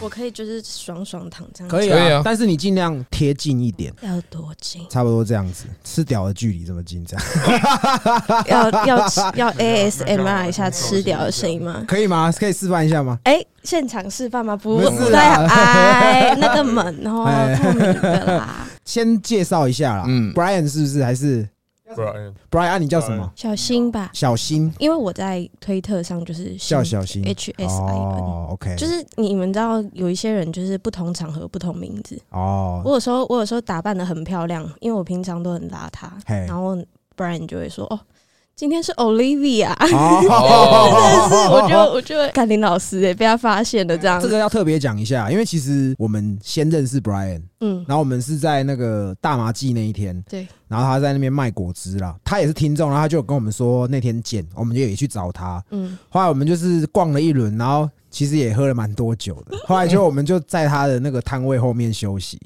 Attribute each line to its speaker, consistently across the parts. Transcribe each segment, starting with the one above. Speaker 1: 我可以就是爽爽躺这样，
Speaker 2: 可以
Speaker 3: 可以啊
Speaker 2: 啊，但是你尽量贴近一点，？
Speaker 1: 要多近
Speaker 2: 差不多这样子，吃屌的距离这么近， 这样
Speaker 1: 要要吃 要 ASMR 一下吃掉的声音吗？
Speaker 2: 可以吗？可以示范一下吗？
Speaker 1: 哎、现场示范吗？不，
Speaker 2: 不是
Speaker 1: 不对，
Speaker 2: 啦
Speaker 1: 哎，那个门哦，
Speaker 2: 哎
Speaker 1: 透明的 啦。
Speaker 2: 先介绍一下啦，
Speaker 3: 嗯
Speaker 2: b r i a n 是不是还是
Speaker 3: ，Brian，
Speaker 2: Brian？、啊、你叫什么？
Speaker 1: 小心吧，
Speaker 2: 小新，
Speaker 1: 因为我在推特上就是
Speaker 2: 叫小新
Speaker 1: H S I N，
Speaker 2: 哦，OK，
Speaker 1: 就是你们知道有一些人就是不同场合不同名字。
Speaker 2: 哦，
Speaker 1: 我有时候我有时候打扮的很漂亮，因为我平常都很邋遢，
Speaker 2: 嘿
Speaker 1: 然后不然你就会说哦，今天是 Olivia，
Speaker 2: 哦
Speaker 1: 但是我就我 就甘霖老师哎、被他发现了这样
Speaker 2: 这，个要特别讲一下，因为其实我们先认识 Brian，
Speaker 1: 嗯，
Speaker 2: 然后我们是在那个大麻季那一天，
Speaker 1: 对，
Speaker 2: 然后他在那边卖果汁啦，他也是听众，然后他就有跟我们说那天见，我们就也去找他，
Speaker 1: 嗯，
Speaker 2: 后来我们就是逛了一轮，然后其实也喝了蛮多酒 的，后来就我们就在他的那个摊位后面休息。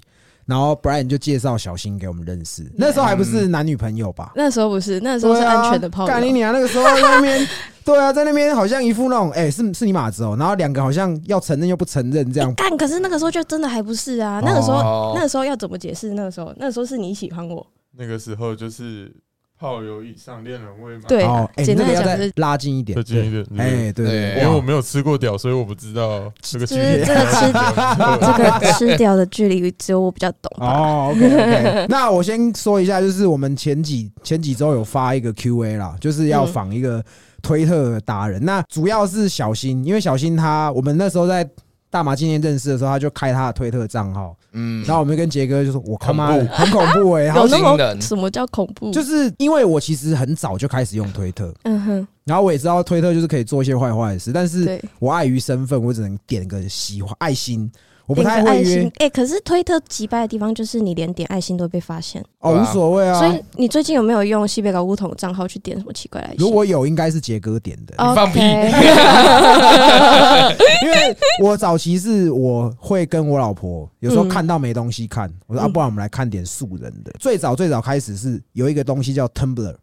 Speaker 2: 然后 Brian 就介绍小新给我们认识，那时候还不是男女朋友吧？
Speaker 1: 那时候不是，那时候
Speaker 2: 对
Speaker 1: 是安全的
Speaker 2: 啊
Speaker 1: 泡
Speaker 2: 干你
Speaker 1: 友，
Speaker 2: 娘！那个时候在那边，对啊，在那边好像一副那种，哎、是是你马子哦、然后两个好像要承认又不承认这样。
Speaker 1: 干、可是那个时候就真的还不是啊，那个时候、
Speaker 3: 哦
Speaker 1: 那个时候要怎么解释？那个时候那个时候是你喜欢我，
Speaker 4: 那个时候就是炮友以上恋人未满，
Speaker 1: 对啊、
Speaker 2: 哦，哎、
Speaker 1: 简
Speaker 2: 那
Speaker 1: 单
Speaker 2: 个
Speaker 1: 来
Speaker 2: 要
Speaker 1: 讲
Speaker 2: 再
Speaker 1: 就是
Speaker 2: 拉近一点
Speaker 4: 再。近一点，
Speaker 2: 哎、
Speaker 4: 哎，
Speaker 2: 对对
Speaker 4: 因
Speaker 2: 对，
Speaker 4: 为我
Speaker 2: 哇
Speaker 4: 没有吃过屌，所以我不知道这个距
Speaker 1: 就是
Speaker 4: 离。
Speaker 1: 这个吃这 个吃掉的距离只有我比较懂吧。
Speaker 2: 哦 ，OK OK，那我先说一下，就是我们前几前几周有发一个 Q&A 啦，就是要访一个推特达人。那主要是小新，因为小新他我们那时候在大麻纪念认识的时候，他就开他的推特账号，
Speaker 3: 嗯，
Speaker 2: 然后我们跟杰哥就说：“我他妈的
Speaker 3: 恐
Speaker 2: 很恐怖哎、 欸，
Speaker 1: 有
Speaker 2: 好
Speaker 1: 那
Speaker 3: 惊
Speaker 1: 么
Speaker 3: 人
Speaker 1: 什么叫恐怖？
Speaker 2: 就是因为我其实很早就开始用推特，
Speaker 1: 嗯哼，
Speaker 2: 然后我也知道推特就是可以做一些坏坏的事，但是
Speaker 1: 对，
Speaker 2: 我碍于身份，我只能点个喜欢爱心，我不
Speaker 1: 点
Speaker 2: 太
Speaker 1: 个
Speaker 2: 会
Speaker 1: 爱
Speaker 2: 约
Speaker 1: 心。哎、可是推特击败的地方就是你连点爱心都会被发现，
Speaker 2: 哦，
Speaker 3: 对
Speaker 2: 无
Speaker 3: 啊
Speaker 2: 所谓啊。
Speaker 1: 所以你最近有没有用西北搞乌桶账号去点什么奇怪的爱心？
Speaker 2: 如果有，应该是杰哥点的，
Speaker 1: OK
Speaker 3: 放屁
Speaker 2: 因为我早期是我会跟我老婆有时候
Speaker 1: 嗯
Speaker 2: 看到没东西看，我说啊，
Speaker 1: 嗯
Speaker 2: 不然我们来看点素人的。最早最早开始是有一个东西叫 Tumblr，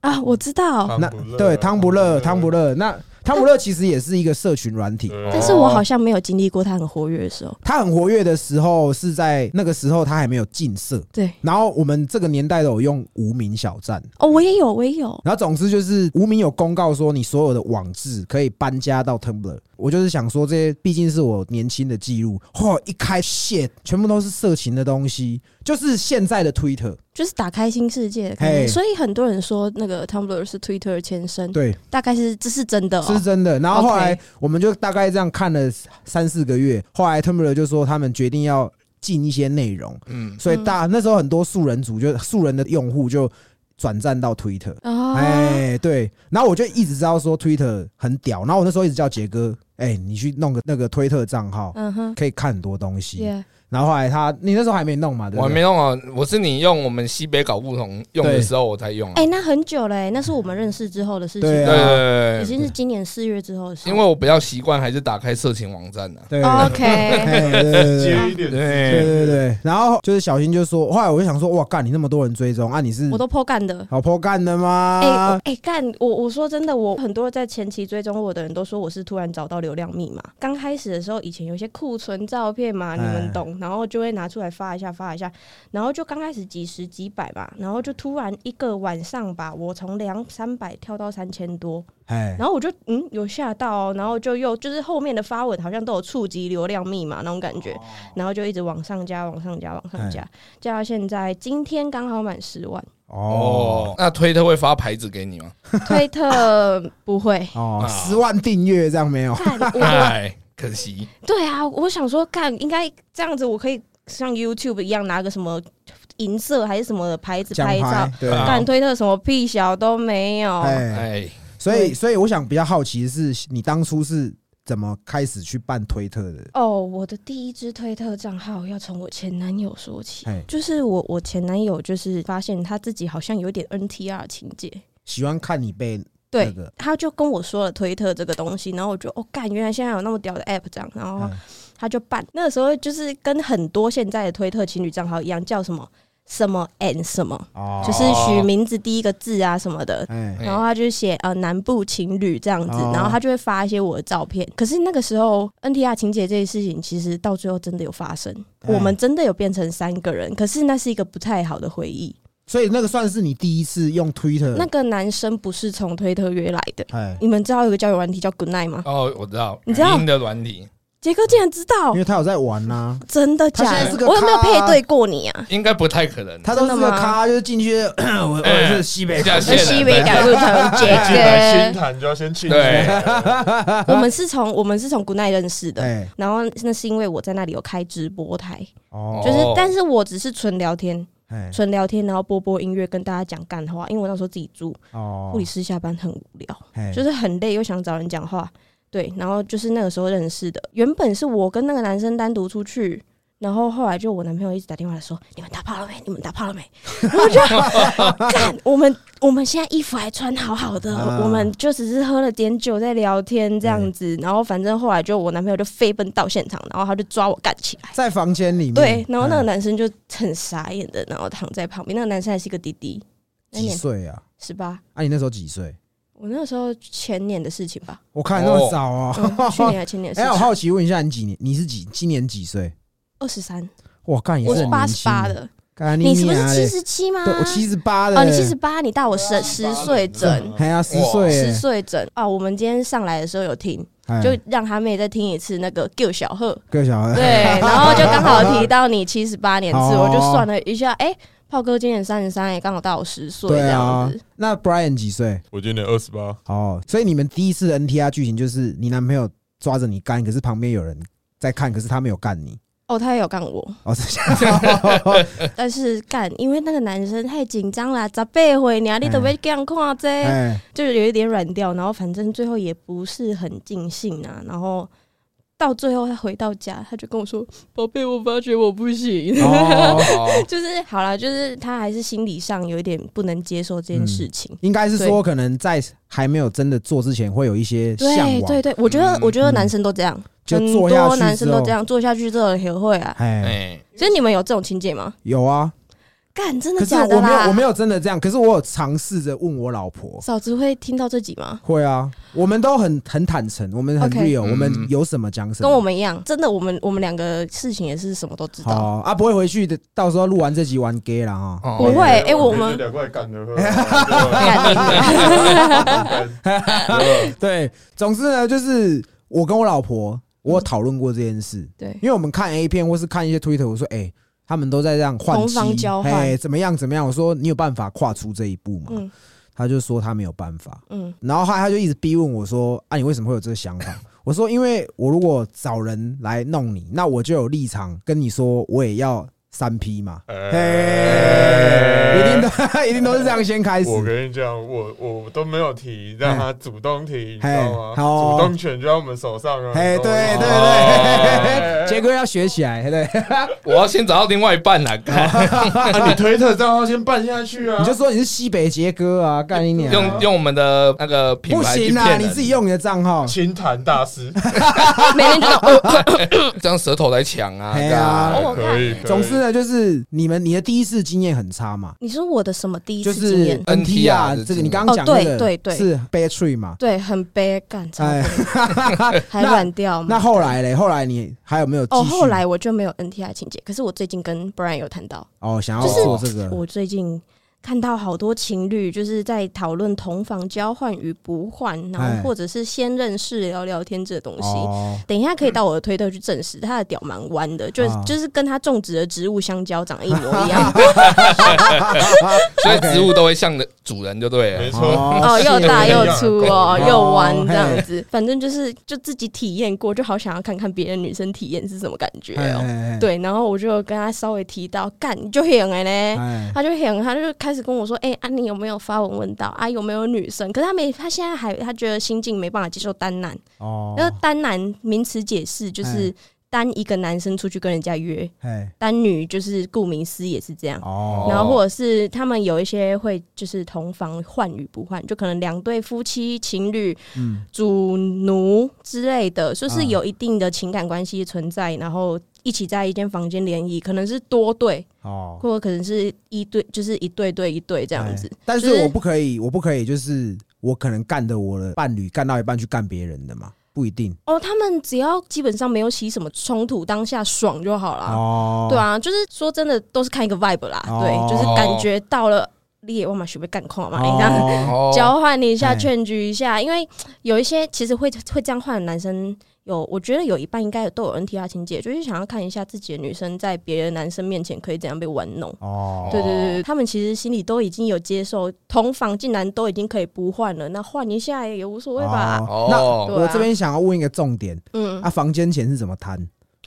Speaker 1: 啊，我知道，
Speaker 2: 那对汤不乐，汤不
Speaker 4: 乐，
Speaker 2: 乐，那汤不乐其实也是一个社群软体，
Speaker 4: 对啊哦
Speaker 1: 但是我好像没有经历过他很活跃的时候。
Speaker 2: 他很活跃的时候是在那个时候，他还没有进社。
Speaker 1: 对，
Speaker 2: 然后我们这个年代都有用无名小站，
Speaker 1: 哦，我也有，我也有，
Speaker 2: 然后总之就是无名有公告说你所有的网志可以搬家到 Tumblr。我就是想说这些毕竟是我年轻的记录，嚯、一开 shit 全部都是色情的东西，就是现在的 Twitter。
Speaker 1: 就是打开新世界的感
Speaker 2: 嘿
Speaker 1: 觉。所以很多人说那个 Tumblr 是 Twitter 的前身，
Speaker 2: 对，
Speaker 1: 大概是这是真的、
Speaker 2: 是
Speaker 1: 哦。
Speaker 2: 真的。然后后来
Speaker 1: OK
Speaker 2: 我们就大概这样看了三四个月，后来 Tumblr 就说他们决定要进一些内容，
Speaker 3: 嗯，
Speaker 2: 所以大那时候很多素人组就素人的用户就转战到 Twitter。
Speaker 1: 哦，
Speaker 2: 哎、对，然后我就一直知道说 Twitter 很屌，然后我那时候一直叫杰哥，哎、你去弄个那个推特账号，
Speaker 1: 嗯哼
Speaker 2: 可以看很多东西。
Speaker 1: ，Yeah，
Speaker 2: 然后后来他，你那时候还没弄嘛？对
Speaker 3: 我
Speaker 2: 不
Speaker 3: 还没
Speaker 2: 对？
Speaker 3: 弄啊，我是你用我们西北搞不同用的
Speaker 2: 对
Speaker 3: 时候我才用啊，
Speaker 1: 哎、那很久嘞、那是我们认识之后的事情，
Speaker 2: 对
Speaker 3: 对
Speaker 2: 啊
Speaker 3: 对对
Speaker 1: 已
Speaker 3: 对
Speaker 1: 经是今年四月之后的事。哦
Speaker 3: 对，因为我比较习惯还是打开色情网站的，啊
Speaker 2: 对，哎
Speaker 1: OK，
Speaker 2: 对对对
Speaker 1: 啊
Speaker 2: 对
Speaker 4: 接一点，
Speaker 2: 对
Speaker 3: 对，
Speaker 2: 对对。然后就是小新就说，后来我就想说，哇，干你那么多人追踪啊，你是
Speaker 1: 我都破干的。
Speaker 2: 老婆干的吗？
Speaker 1: 哎我哎干、我我说真的，我很多在前期追踪我的人都说我是突然找到流量密码。刚开始的时候，以前有一些库存照片嘛，你
Speaker 2: 哎
Speaker 1: 们懂，然后就会拿出来发一下发一下，然后就刚开始几十几百吧，然后就突然一个晚上吧，我从两三百跳到三千多，
Speaker 2: 哎，
Speaker 1: 然后我就嗯有吓到、哦，然后就又就是后面的发文好像都有触及流量密码那种感
Speaker 2: 哦
Speaker 1: 觉，然后就一直往上加，往上加，往
Speaker 2: 哎
Speaker 1: 上加，加到现在今天刚好满十万。
Speaker 2: 哦，
Speaker 3: 哦，那推特会发牌子给你吗？
Speaker 1: 推特不会
Speaker 2: 哦
Speaker 3: 啊，
Speaker 2: 十万订阅这样没有？
Speaker 1: 干 我
Speaker 3: 哎，可惜，
Speaker 1: 对啊，我想说干应该这样子，我可以像 YouTube 一样拿个什么银色还是什么的牌子
Speaker 2: 奖
Speaker 1: 拍照
Speaker 2: 牌。对，
Speaker 3: 啊
Speaker 1: 干推特什么屁小都没有，
Speaker 2: 哎，
Speaker 3: 哎，
Speaker 2: 所以所以我想比较好奇的是，你当初是怎么开始去办推特的？
Speaker 1: 哦，我的第一支推特账号要从我前男友说起
Speaker 2: 嘿，
Speaker 1: 就是我我前男友就是发现他自己好像有点 NTR 情节，
Speaker 2: 喜欢看你被
Speaker 1: 对，
Speaker 2: 那个
Speaker 1: 他就跟我说了推特这个东西，然后我就哦干，原来现在有那么屌的 app 这样，然后
Speaker 2: 嗯
Speaker 1: 他就办。那个时候就是跟很多现在的推特情侣账号一样，叫什么什么 and 什么，
Speaker 2: 哦
Speaker 1: 就是取名字第一个字啊什么的。
Speaker 2: 哎
Speaker 3: 哎
Speaker 1: 然后他就写呃南部情侣这样子，
Speaker 2: 哦
Speaker 1: 然后他就会发一些我的照片。可是那个时候 NTR 情节这些事情，其实到最后真的有发生，
Speaker 2: 哎
Speaker 1: 我们真的有变成三个人。可是那是一个不太好的回忆。
Speaker 2: 所以那个算是你第一次用 Twitter
Speaker 1: 那个男生不是从推特约来的，
Speaker 2: 哎，
Speaker 1: 你们知道有个交友软体叫 Good Night 吗？
Speaker 3: 哦，我知道，
Speaker 1: 你知道
Speaker 3: 语音的软体
Speaker 1: 杰哥竟然知道
Speaker 2: 因，为他有在玩呐、
Speaker 1: 真的假
Speaker 2: 他现在是
Speaker 1: 的？
Speaker 2: 个
Speaker 1: 我有没有
Speaker 2: 咖
Speaker 1: 配对过你啊？
Speaker 3: 应该不太可能。
Speaker 2: 他都是
Speaker 1: 真
Speaker 2: 个
Speaker 1: 的吗
Speaker 2: 咖，就是进去我我
Speaker 3: 哎
Speaker 2: 是西北
Speaker 3: 这样
Speaker 2: 港
Speaker 3: 谢
Speaker 1: 在
Speaker 3: 人
Speaker 1: 西北感受成杰
Speaker 4: 进来新
Speaker 1: 哥，
Speaker 4: 谈就要先庆祝，
Speaker 3: 对
Speaker 1: 我们是从我们是从 Good Night 认识的。
Speaker 2: 哎
Speaker 1: 然后那是因为我在那里有开直播台，
Speaker 2: 哦
Speaker 1: 就是
Speaker 3: 哦，
Speaker 1: 但是我只是纯聊天，
Speaker 2: 哎
Speaker 1: 纯聊天，然后播播音乐跟大家讲干话，因为我那时候自己住，
Speaker 2: 哦
Speaker 1: 护理师下班很无聊，
Speaker 2: 哎
Speaker 1: 就是很累又想找人讲话，对，然后就是那个时候认识的，原本是我跟那个男生单独出去。然后后来就我男朋友一直打电话来说：“你们打炮了没？你们打炮了没？” 然后我就干，我们我们现在衣服还穿好好的，
Speaker 2: 啊
Speaker 1: 我们就只是喝了点酒在聊天这样子。然后反正后来就我男朋友就飞奔到现场，然后他就抓我干起来。
Speaker 2: 在房间里面，
Speaker 1: 对，然后那个
Speaker 2: 哎
Speaker 1: 男生就很傻眼的，然后躺在旁边。那个男生还是一个弟弟，那
Speaker 2: 几
Speaker 1: 年
Speaker 2: 岁啊？
Speaker 1: 十八，
Speaker 2: 啊，你那时候几岁？
Speaker 1: 我那个时候前年的事情吧，
Speaker 2: 我看那么少哦、
Speaker 1: 嗯去年 还前年的
Speaker 2: 哎、
Speaker 1: 事
Speaker 2: 我
Speaker 1: 情，
Speaker 2: 好奇问一下，你几年？你是几？今年几岁？
Speaker 1: 二十三，
Speaker 2: 我看你
Speaker 1: 我
Speaker 2: 是
Speaker 1: 是
Speaker 2: 很
Speaker 1: 八
Speaker 2: 年
Speaker 1: 十
Speaker 2: 轻
Speaker 1: 八，的，
Speaker 2: 干
Speaker 1: 你是不是
Speaker 2: 娘
Speaker 1: 七
Speaker 2: 嘞？
Speaker 1: 十七吗？
Speaker 2: 对，我七十八的。
Speaker 1: 哦，你七十啊八，你大我十十岁整。
Speaker 2: 哎呀，十岁
Speaker 1: 十
Speaker 2: 耶，
Speaker 1: 岁整哦，我们今天上来的时候有听，
Speaker 2: 哎
Speaker 1: 就让他妹再听一次那个 Q 小贺，
Speaker 2: 各位小孩，
Speaker 1: 嗯 对，然后就刚好提到你七十八年次，
Speaker 2: 哦
Speaker 1: 我就算了一下，哎，炮哥今年三十三，也刚好大我十岁这
Speaker 2: 对啊
Speaker 1: 样子，。
Speaker 2: 那 Brian 几岁？
Speaker 4: 我今年二十八，
Speaker 2: 哦，所以你们第一次 NTR 剧情就是你男朋友抓着你干，可是旁边有人在看，可是他没有干你。
Speaker 1: 哦，他也有干我，
Speaker 2: 哦，是这样。
Speaker 1: 但是干，因为那个男生太紧张啦，十八回你啊，你都被这样看这，
Speaker 2: 哎，
Speaker 1: 就是有一点软掉，然后反正最后也不是很尽兴啊，然后到最后他回到家，他就跟我说：“宝贝，我发觉我不行。
Speaker 2: 哦，
Speaker 3: 哦，
Speaker 1: 就是好了，就是他还是心理上有一点不能接受这件事情。
Speaker 2: 应该是说可能在还没有真的做之前，会有一些向
Speaker 1: 对
Speaker 2: 往，
Speaker 1: 对对，我觉得、
Speaker 3: 嗯
Speaker 1: 我觉得男生都这样，
Speaker 2: 就
Speaker 1: 很
Speaker 2: 做下
Speaker 1: 多
Speaker 2: 去
Speaker 1: 男生
Speaker 2: 之
Speaker 1: 都
Speaker 2: 后
Speaker 1: 这。样，做下去之后也会啊。
Speaker 2: 哎，
Speaker 3: 哎，
Speaker 1: 所以你们有这种情节吗？
Speaker 2: 有啊，
Speaker 1: 干，真的
Speaker 2: 可是
Speaker 1: 假
Speaker 2: 我
Speaker 1: 的
Speaker 2: 没有，
Speaker 1: 啦？
Speaker 2: 我没有真的这样，可是我有尝试着问我老婆。
Speaker 1: 嫂子会听到这集吗？
Speaker 2: 会啊，我们都很很坦诚，我们很
Speaker 1: OK
Speaker 2: real，我们
Speaker 3: 嗯
Speaker 2: 有什么讲什么。
Speaker 1: 跟我们一样，真的，我们我们两个事情也是什么都知道。
Speaker 2: 好啊，不会回去的，到时候录完这集玩 gay 了啊。
Speaker 3: 哦
Speaker 1: 不会，哎、我们
Speaker 4: 两块 干的喝，
Speaker 1: 干你
Speaker 2: 对，总之呢，就是我跟我老婆，我有讨论过这件事，
Speaker 1: 对
Speaker 2: 因为我们看 A 片或是看一些推特，我说，哎、他们都在这样换
Speaker 1: 同
Speaker 2: 妻
Speaker 1: 房交换
Speaker 2: 哎，怎么样怎么样？我说你有办法跨出这一步吗？
Speaker 1: 嗯
Speaker 2: 他就说他没有办法，
Speaker 1: 嗯
Speaker 2: 然后后来他就一直逼问我说：“啊，你为什么会有这个想法？”我说：“因为我如果找人来弄你，那我就有立场跟你说，我也要三 P 嘛。嘿，一定都一定都是这样先开始。
Speaker 4: 哎我跟你讲，我我都没有提，让他主动提，你知
Speaker 2: 嘿
Speaker 4: 道吗？
Speaker 2: 好哦
Speaker 4: 主动权就在我们手上了。
Speaker 2: 嘿，
Speaker 4: 你
Speaker 2: 对
Speaker 4: 知道
Speaker 2: 对
Speaker 4: 吗哦
Speaker 2: 对，杰哥要学起来，对，
Speaker 3: 我要先找到另外一半啦，干
Speaker 4: 啊你推特账号先办下去啊！
Speaker 2: 你就说你是西北杰哥 啊，干你娘！
Speaker 3: 用用我们的那个品
Speaker 2: 不
Speaker 3: 牌去
Speaker 2: 行
Speaker 3: 骗
Speaker 2: 啊，
Speaker 3: 人
Speaker 2: 你自己用你的账号。
Speaker 4: 清谈大师，
Speaker 1: 每天就
Speaker 3: 这样舌头来抢啊，
Speaker 2: 嘿
Speaker 3: 干
Speaker 2: 啊
Speaker 1: 哦
Speaker 4: 可以。可以
Speaker 2: 总之呢，就是你们你的第一次经验很差嘛，
Speaker 1: 你说我的什么第一
Speaker 2: 就
Speaker 1: 次经
Speaker 2: 是呃
Speaker 1: 验？
Speaker 3: NTR 的
Speaker 2: 这
Speaker 3: 经
Speaker 2: 个
Speaker 3: 验
Speaker 2: 你刚刚讲
Speaker 1: 哦
Speaker 2: 那
Speaker 1: 对
Speaker 2: 个
Speaker 1: 对对
Speaker 2: 是 bad tree 嘛，
Speaker 1: 对，很悲感，超
Speaker 2: 哎
Speaker 1: 悲，还
Speaker 2: 那
Speaker 1: 软掉
Speaker 2: 那
Speaker 1: 嘛。
Speaker 2: 后来嘞？后来你还有没有继续？
Speaker 1: 哦，后来我就没有 NTI 情节，可是我最近跟 Brian 有谈到，
Speaker 2: 哦，想要
Speaker 1: 就是
Speaker 2: 做这个，
Speaker 1: 我最近看到好多情侣就是在讨论同房交换与不换，然
Speaker 2: 哎
Speaker 1: 后或者是先认识聊聊天这个东西。
Speaker 2: 哦，
Speaker 1: 等一下可以到我的推特去证实，他的屌蛮弯的，就
Speaker 2: 啊
Speaker 1: 就是跟他种植的植物香蕉长得一模一 样。
Speaker 3: 所以植物都会向的主人就对了
Speaker 4: 没。错，
Speaker 2: 哦
Speaker 1: 哦，又大又粗哦，
Speaker 2: 哦
Speaker 1: 又弯这样子，反正就是就自己体验过，就好想要看看别的女生体验是什么感觉哦。
Speaker 2: 哎，
Speaker 1: 对，然后我就跟他稍微提到，干你就很哎
Speaker 2: 哎
Speaker 1: 嘞，
Speaker 2: 哎
Speaker 1: 他就很，他就开始跟我说，哎、啊你有没有发文问到啊有没有女生？可是他没，他现在还他觉得心境没办法接受单男，
Speaker 2: 哦
Speaker 1: 因为单男名词解释就是单一个男生出去跟人家约，
Speaker 2: 哎，
Speaker 1: 单女就是顾名思义也是这样。
Speaker 2: 哦，
Speaker 1: 然后或者是他们有一些会就是同房换与不换，就可能两对夫妻、情侣、
Speaker 2: 嗯，
Speaker 1: 主奴之类的，就是
Speaker 2: 嗯
Speaker 1: 有一定的情感关系存在，然后一起在一间房间联谊，可能是多对，
Speaker 2: 哦，
Speaker 1: 或者可能是一对，就是一对对一对这样子
Speaker 2: 哎。但
Speaker 1: 就是是
Speaker 2: 我不可以，我不可以，就是我可能干的我的伴侣干到一半去干别人的嘛，不一定
Speaker 1: 哦，他们只要基本上没有起什么冲突，当下爽就好啦。
Speaker 2: 哦，
Speaker 1: 对，啊，就是说真的，都是看一个 vibe 啦。
Speaker 2: 哦
Speaker 1: 对，就是感觉到了，你也忘嘛，学被干空嘛，你这样
Speaker 2: 哦，
Speaker 3: 哦
Speaker 1: 交换一下，
Speaker 2: 哎
Speaker 1: 劝举一下，因为有一些其实会会这样换的男生。有，我觉得有一半应该都有 NTR 情节，就是想要看一下自己的女生在别的男生面前可以怎样被玩弄。
Speaker 2: 哦，
Speaker 1: 对对对对，他们其实心里都已经有接受，同房竟然都已经可以不换了，那换一下也无所谓吧。
Speaker 2: 哦那
Speaker 3: 哦，
Speaker 1: 对
Speaker 2: 我
Speaker 1: 啊
Speaker 2: 这边想要问一个重点
Speaker 1: 嗯，
Speaker 2: 啊，房间钱是怎么摊？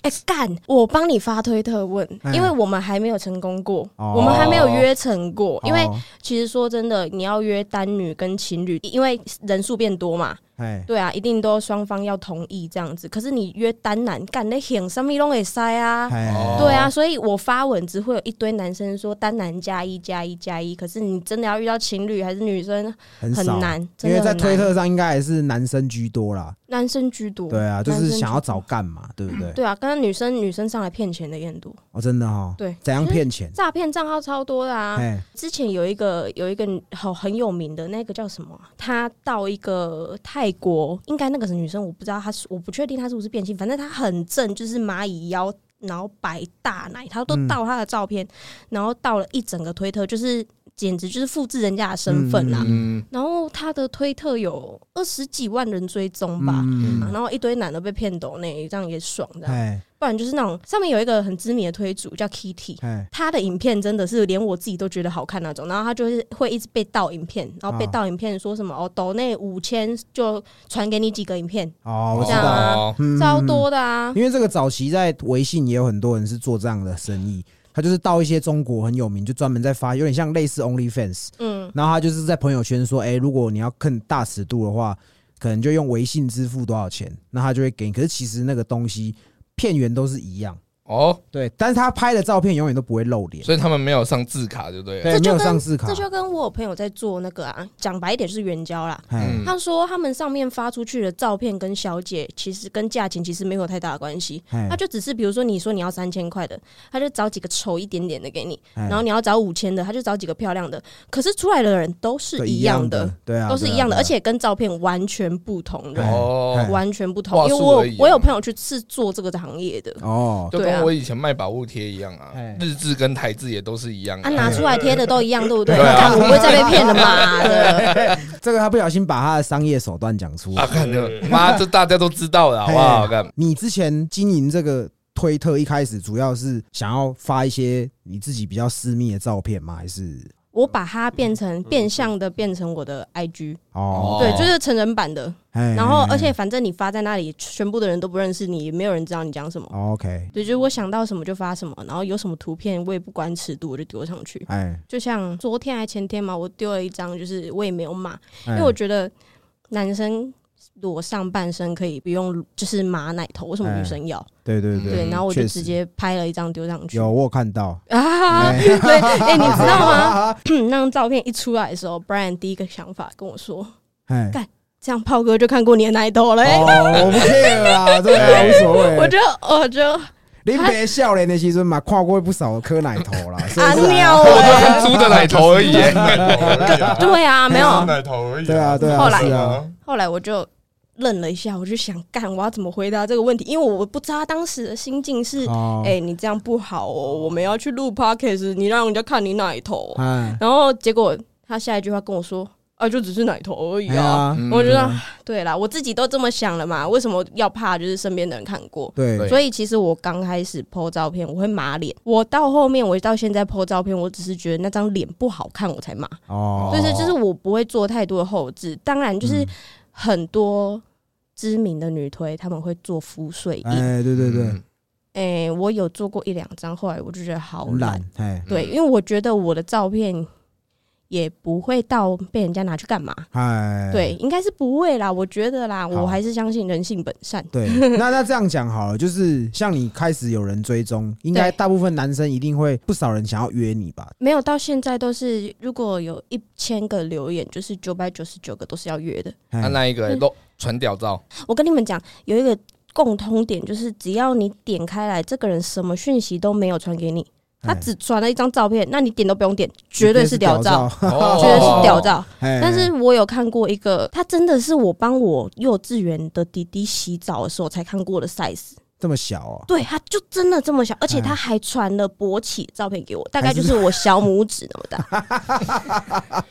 Speaker 1: 哎、干，我帮你发推特问，
Speaker 2: 哎
Speaker 1: 因为我们还没有成功过，
Speaker 2: 哦
Speaker 1: 我们还没有约成过，因为
Speaker 2: 哦
Speaker 1: 其实说真的，你要约单女跟情侣，因为人数变多嘛，
Speaker 2: 哎，
Speaker 1: 对啊，一定都双方要同意这样子。可是你约单男干那很什么拢会塞啊，
Speaker 2: 哎，
Speaker 3: 哦
Speaker 1: 对啊，所以我发文只会有一堆男生说单男加一加一加一，可是你真的要遇到情侣还是女生
Speaker 2: 很
Speaker 1: 很
Speaker 2: 少，
Speaker 1: 难，
Speaker 2: 因
Speaker 1: 真
Speaker 2: 为
Speaker 1: 的
Speaker 2: 在
Speaker 1: 很
Speaker 2: 推
Speaker 1: 难。
Speaker 2: 特上应该还是男生居多啦。
Speaker 1: 男生居多，
Speaker 2: 对啊，就是
Speaker 1: 男生
Speaker 2: 想要
Speaker 1: 居多
Speaker 2: 找干嘛，对不对？
Speaker 1: 对啊，刚刚女生女生上来骗钱的也很多，
Speaker 2: 哦，真的哈，
Speaker 1: 对
Speaker 2: 怎样
Speaker 1: 就是
Speaker 2: 骗钱？
Speaker 1: 诈骗账号超多的啊。
Speaker 2: 哎，
Speaker 1: 之前有一个有一个好很有名的那个叫什么啊？她到一个泰国，应该那个是女生，我不知道她是，我不确定她是不是变性，反正她很正，就是蚂蚁腰，然后白大奶，她都
Speaker 2: 嗯
Speaker 1: 盗她的照片，然后盗了一整个推特，就是简直就是复制人家的身份啦、
Speaker 3: 嗯，
Speaker 1: 然后她的推特有二十几万人追踪吧。
Speaker 2: 嗯，
Speaker 1: 然后一堆男的被骗抖内，这样也爽这样。
Speaker 2: 哎
Speaker 1: 不然就是那种上面有一个很知名的推主叫 Kitty，
Speaker 2: 哎，
Speaker 1: 他的影片真的是连我自己都觉得好看那种，然后他就是会一直被盗影片，然后被
Speaker 2: 啊
Speaker 1: 盗影片说什么哦，抖内五千就传给你几个影片，
Speaker 2: 哦，我知
Speaker 1: 这样
Speaker 2: 道，
Speaker 1: 啊
Speaker 3: 哦
Speaker 2: 嗯
Speaker 1: 超多的啊，
Speaker 2: 因为这个早期在微信也有很多人是做这样的生意，他就是到一些中国很有名，就专门在发，有点像类似 OnlyFans，
Speaker 1: 嗯，
Speaker 2: 然后他就是在朋友圈说，哎、如果你要更大尺度的话，可能就用微信支付多少钱，那他就会给你。可是其实那个东西片源都是一样，
Speaker 3: 哦，
Speaker 2: 对，但是他拍的照片永远都不会露脸，
Speaker 3: 所以他们没有上字卡，对不对？
Speaker 2: 对，
Speaker 1: 这
Speaker 2: 没
Speaker 1: 就
Speaker 2: 有
Speaker 1: 跟
Speaker 2: 上字卡嗯
Speaker 1: 这，就跟我有朋友在做那个啊，讲白一点就是援交啦。
Speaker 2: 哎，
Speaker 3: 嗯
Speaker 1: 他说他们上面发出去的照片跟小姐其实跟价钱其实没有太大的关系，
Speaker 2: 哎
Speaker 1: 他就只是比如说你说你要三千块的，他就找几个丑一点点的给你，
Speaker 2: 哎
Speaker 1: 然后你要找五千的，他就找几个漂亮的，可是出来的人都
Speaker 2: 都
Speaker 1: 是一样的。，
Speaker 2: 对啊，
Speaker 1: 都是
Speaker 2: 对啊
Speaker 1: 一样的，
Speaker 2: 对啊
Speaker 1: 而且跟照片完全不同
Speaker 2: 哎
Speaker 1: 人，
Speaker 3: 哦
Speaker 2: 哎，
Speaker 1: 完全不同
Speaker 3: 话。
Speaker 1: 因为
Speaker 3: 术
Speaker 1: 我
Speaker 3: 而已
Speaker 1: 有
Speaker 3: 啊嗯
Speaker 1: 我有朋友去是做这个行业的，
Speaker 2: 哦，
Speaker 3: 就
Speaker 1: 对啊
Speaker 3: 跟我以前卖保物贴一样啊
Speaker 2: 哎，
Speaker 3: 日志跟台志也都是一样的
Speaker 1: 啊，拿出来贴的都一样，对不对？
Speaker 3: 对啊
Speaker 1: 看我不会再被骗了嘛的。
Speaker 2: 这个他不小心把他的商业手段讲出来
Speaker 3: 啊，。看这妈，这大家都知道了，好不好？
Speaker 2: 嘿
Speaker 3: 看，
Speaker 2: 你之前经营这个推特，一开始主要是想要发一些你自己比较私密的照片吗？还是
Speaker 1: 我把它变成变相的变成我的 IG，
Speaker 2: 哦，
Speaker 1: 对，就是成人版的。
Speaker 2: 哎
Speaker 1: 然后
Speaker 2: 哎
Speaker 1: 而且反正你发在那里，全部的人都不认识你，也没有人知道你讲什么。
Speaker 2: 哦 OK，
Speaker 1: 对，就是我想到什么就发什么，然后有什么图片我也不管尺度，我就丢上去。
Speaker 2: 哎，
Speaker 1: 就像昨天还前天嘛，我丢了一张，就是我也没有骂，
Speaker 2: 因
Speaker 1: 因为我觉得男生裸上半身可以不用，就是马奶头，为什么女生要？
Speaker 2: 对对
Speaker 3: 嗯
Speaker 1: 对，然后我
Speaker 2: 确
Speaker 1: 就
Speaker 2: 实
Speaker 1: 直接拍了一张丢上去。
Speaker 2: 有我有看到，
Speaker 1: 啊，对，哎，你知道吗？ 那张照片一出来的时候，Brian 第一个想法跟我说
Speaker 2: 哎，：“
Speaker 1: 这样炮哥就看过你的奶头了。欸
Speaker 2: 哦，我不 care 啦，对啊，无所”
Speaker 1: 我
Speaker 2: 谓。
Speaker 1: 就我就
Speaker 2: 你别笑脸的时候嘛，跨过不少颗奶头 啦，是
Speaker 1: 啊
Speaker 2: 不是啊？
Speaker 1: 尿
Speaker 3: 我就
Speaker 1: 了，
Speaker 3: 是猪的奶头而已，
Speaker 4: 奶
Speaker 2: 哎
Speaker 4: 头而已啊
Speaker 1: 对啊，没有。
Speaker 4: 奶头而已 啊。
Speaker 2: 对啊，对
Speaker 1: 后
Speaker 2: 啊，
Speaker 1: 来
Speaker 2: 是啊，，
Speaker 1: 后来我就愣了一下，我就想，干，我要怎么回答这个问题？因为我不知道他当时的心境是，
Speaker 2: 哦，
Speaker 1: 哎，你这样不好哦，我们要去录 podcast，你让人家看你奶头。
Speaker 2: 哎，
Speaker 1: 然后结果他下一句话跟我说：“啊，就只是奶头而已
Speaker 2: 哎
Speaker 1: 啊。
Speaker 2: 呀，
Speaker 1: 我觉得
Speaker 2: 嗯
Speaker 1: 对啦，我自己都这么想了嘛，为什么要怕？就是身边的人看过。
Speaker 2: 对
Speaker 3: 对
Speaker 1: 所以其实我刚开始 PO 照片，我会麻脸。我到后面，我到现在 PO 照片，我只是觉得那张脸不好看，我才骂。
Speaker 2: 哦，嗯
Speaker 1: 就是就是我不会做太多的后置。当然，就是很多知名的女推他们会做浮水印。哎、
Speaker 2: 哎，对对对，
Speaker 3: 嗯
Speaker 1: 我有做过一两张，后来我就觉得好
Speaker 2: 很
Speaker 1: 懒
Speaker 2: 懒。，哎，
Speaker 1: 对，因为我觉得我的照片也不会到被人家拿去干嘛。
Speaker 2: 哎，
Speaker 1: 对，应该是不会啦，我觉得啦，
Speaker 2: 好
Speaker 1: 我还是相信人性本善。
Speaker 2: 对，那那这样讲好了，就是像你开始有人追踪，应该
Speaker 1: 对
Speaker 2: 大部分男生一定会不少人想要约你吧？
Speaker 1: 没有到现在都是，如果有一千个留言，就是九百九十九个都是要约的。
Speaker 2: 哎
Speaker 3: 他啊那一个
Speaker 1: 嗯
Speaker 3: 露传屌 照，
Speaker 1: 我跟你们讲，有一个共通点，就是只要你点开来，这个人什么讯息都没有传给你，他
Speaker 2: 哎
Speaker 1: 只传了一张照片，那你点都不用点，绝对是屌照，，
Speaker 3: 哦
Speaker 1: 绝对是屌。照。
Speaker 2: 哎
Speaker 1: 但是我有看过一个，他真的是我帮我幼稚园的弟弟洗澡的时候才看过的 size，
Speaker 2: 这么小哦，
Speaker 1: 对，他就真的这么小，而且
Speaker 2: 哎
Speaker 1: 他还传了勃起照片给我，大概就是我小拇指那么大。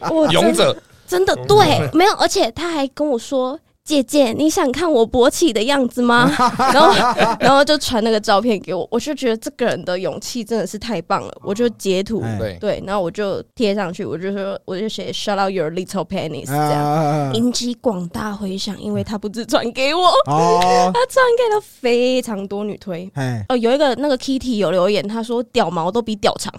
Speaker 1: 我真的
Speaker 3: 勇者
Speaker 1: 真的对，没有，而且他还跟我说：“姐姐，你想看我勃起的样子吗？” 然后，然后就传那个照片给我，我就觉得这个人的勇气真的是太棒了，我就截图，
Speaker 2: 哦哎
Speaker 3: 对，
Speaker 1: 对，然后我就贴上去，我就说，我就写 “Shout out your little penis” 这样。
Speaker 2: 啊
Speaker 1: 引起广大回响，因
Speaker 2: 嗯
Speaker 1: 为他不止传给我，
Speaker 2: 哦，
Speaker 1: 他传给了非常多女推。
Speaker 2: 哎，
Speaker 1: 哦，有一个那个 Kitty 有留言，他说屌毛都比屌 长，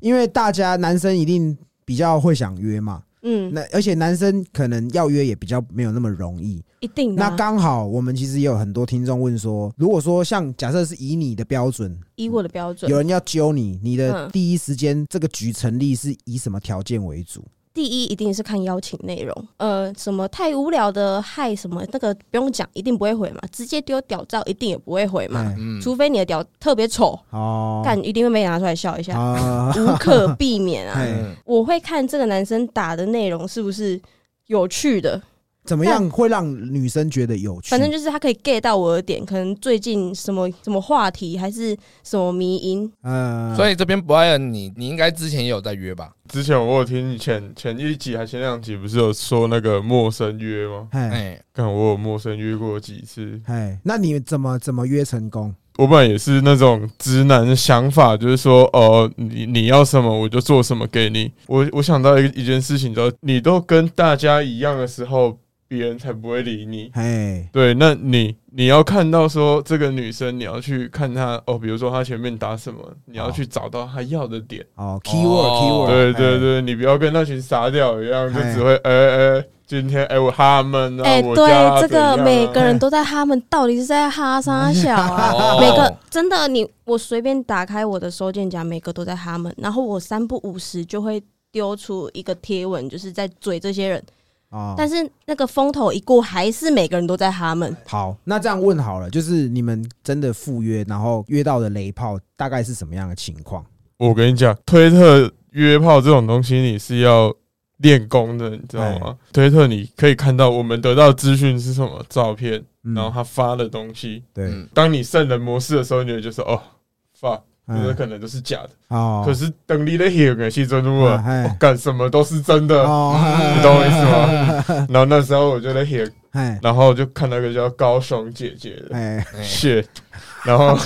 Speaker 2: 因为大家男生一定比较会想约嘛，
Speaker 1: 嗯，
Speaker 2: 那而且男生可能要约也比较没有那么容易。
Speaker 1: 一定的
Speaker 2: 那
Speaker 1: 啊、
Speaker 2: 刚好我们其实也有很多听众问说，如果说像假设是以你的标准，
Speaker 1: 以我的标准
Speaker 2: 有，人要揪你，你的
Speaker 1: 嗯
Speaker 2: 第一时间这个局成立是以什么条件为主？
Speaker 1: 第一一定是看邀请内容，呃，什么太无聊的嗨什么那个不用讲，一定不会回嘛，直接丢屌照一定也不会回嘛，
Speaker 2: 哎
Speaker 3: 嗯，
Speaker 1: 除非你的屌特别丑，
Speaker 2: 哦，
Speaker 1: 干、一定会被拿出来笑一下，
Speaker 2: 啊，
Speaker 1: 无可避免 啊。
Speaker 2: 哎
Speaker 3: 嗯
Speaker 1: 我会看这个男生打的内容是不是有趣的，
Speaker 2: 怎么样会让女生觉得有趣？
Speaker 1: 反正就是他可以 get 到我的点，可能最近什么什么话题还是什么迷因，
Speaker 2: 呃，
Speaker 3: 所
Speaker 2: 以
Speaker 3: 以这边 Brian，你你应该之前也有在约吧？
Speaker 4: 之前我有听你前前一集还前两集不是有说那个陌生约吗？
Speaker 2: 哎
Speaker 3: 哎，
Speaker 4: 看我有陌生约过几次，
Speaker 2: 哎，那你怎么怎么约成功？
Speaker 4: 我本来也是那种直男的想法，就是说，哦，你你要什么我就做什么给你。我我想到一一件事情，叫你都跟大家一样的时候，别人才不会理你。
Speaker 2: 哎，
Speaker 4: 对，那你你要看到说这个女生，你要去看她哦，比如说她前面打什么，你要去找到她要的点。
Speaker 2: 哦，keyword，keyword，
Speaker 4: 对对对，你不要跟那群傻屌一样，就
Speaker 2: 哎
Speaker 4: 只会哎哎，今天哎我他们啊，
Speaker 1: 哎、
Speaker 4: 我家
Speaker 1: 对，这
Speaker 4: 怎样啊
Speaker 1: 个每个人都在哈们到底是在哈啥小 啊？
Speaker 3: 哦
Speaker 1: 每个真的你，我随便打开我的收件夹，每个都在哈们，然后我三不五时就会丢出一个贴文，就是在追这些人。
Speaker 2: 哦，
Speaker 1: 但是那个风头一过，还是每个人都在哈 们。
Speaker 2: 好，那这样问好了，就是你们真的赴约，然后约到的雷炮大概是什么样的情况？
Speaker 4: 我跟你讲，推特约炮这种东西，你是要练功的，你知道吗？推特你可以看到我们得到资讯是什么照片，
Speaker 2: 嗯
Speaker 4: 然后他发的东西。
Speaker 2: 对，
Speaker 3: 嗯
Speaker 4: 当你圣人模式的时候，你会就说哦，fuck，这
Speaker 2: 嗯
Speaker 4: 可能都是假的。
Speaker 2: 哦，
Speaker 4: 可是等你的 h 个戏真的，我
Speaker 2: 哎，
Speaker 4: 干什么都是真的。
Speaker 2: 哦，
Speaker 4: 你懂我意思吗？然后那时候我就在 h
Speaker 2: 哎，
Speaker 4: 然后就看到一个叫高雄姐姐的
Speaker 2: 哎，
Speaker 3: 哎
Speaker 4: shit，然后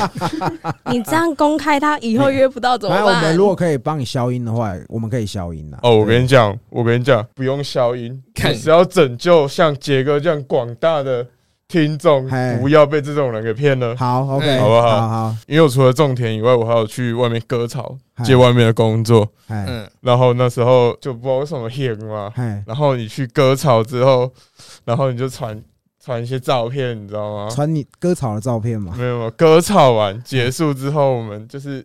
Speaker 1: 你这样公开他，以后约不到怎么
Speaker 2: 反正我们
Speaker 1: 办？
Speaker 2: 如果可以帮你消音的话，我们可以消音啦。
Speaker 4: 哦，我跟你讲，我跟你讲，不用消音，
Speaker 3: 看
Speaker 4: 你是要拯救像杰哥这样广大的听众
Speaker 2: 嘿，
Speaker 4: 不要被这种人给骗了
Speaker 2: 对。好，OK，
Speaker 3: 嗯
Speaker 4: 好不好
Speaker 2: 好好，
Speaker 4: 因为我除了种田以外，我还有去外面割草，
Speaker 2: 嗨
Speaker 4: 接外面的工作。
Speaker 2: 哎，
Speaker 3: 嗯，
Speaker 4: 然后那时候就不知道为什么 hit 嘛，
Speaker 2: 哎，
Speaker 4: 然后你去割草之后，然后你就传传一些照片，你知道吗？
Speaker 2: 传你割草的照片嘛？
Speaker 4: 啊没有没有，割草完结束之后，我们就是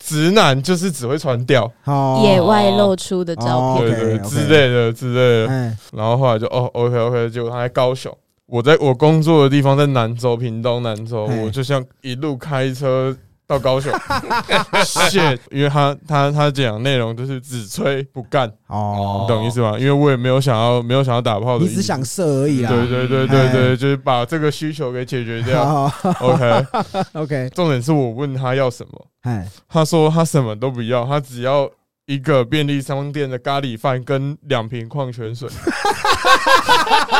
Speaker 4: 直男，就是只会传屌，
Speaker 2: 好，
Speaker 1: 野外露出的照
Speaker 2: 哦
Speaker 1: 片，
Speaker 4: 对
Speaker 2: OK，
Speaker 4: 对
Speaker 2: OK
Speaker 4: 之类的之类的。
Speaker 2: 哎，
Speaker 4: 然后后来就哦，OK OK，结果他在高雄，我在我工作的地方在南州，屏东南州，
Speaker 2: 嘿
Speaker 4: 我就像一路开车到 高雄，shit，因为他他他讲内容就是只吹不干，
Speaker 2: 哦，
Speaker 4: 你懂意思吗？因为我也没有想要没有想要打炮的
Speaker 2: 你
Speaker 4: 意思，
Speaker 2: 只想射而已啦。
Speaker 4: 对对对对
Speaker 2: 嘿
Speaker 4: 对，就是把这个需求给解决掉。
Speaker 2: 哎好
Speaker 4: OK，
Speaker 2: ，OK，
Speaker 4: 重点是我问他要什么，
Speaker 2: 哎，
Speaker 4: 他说他什么都不要，他只要。一个便利商店的咖喱饭跟两瓶矿 泉水，哦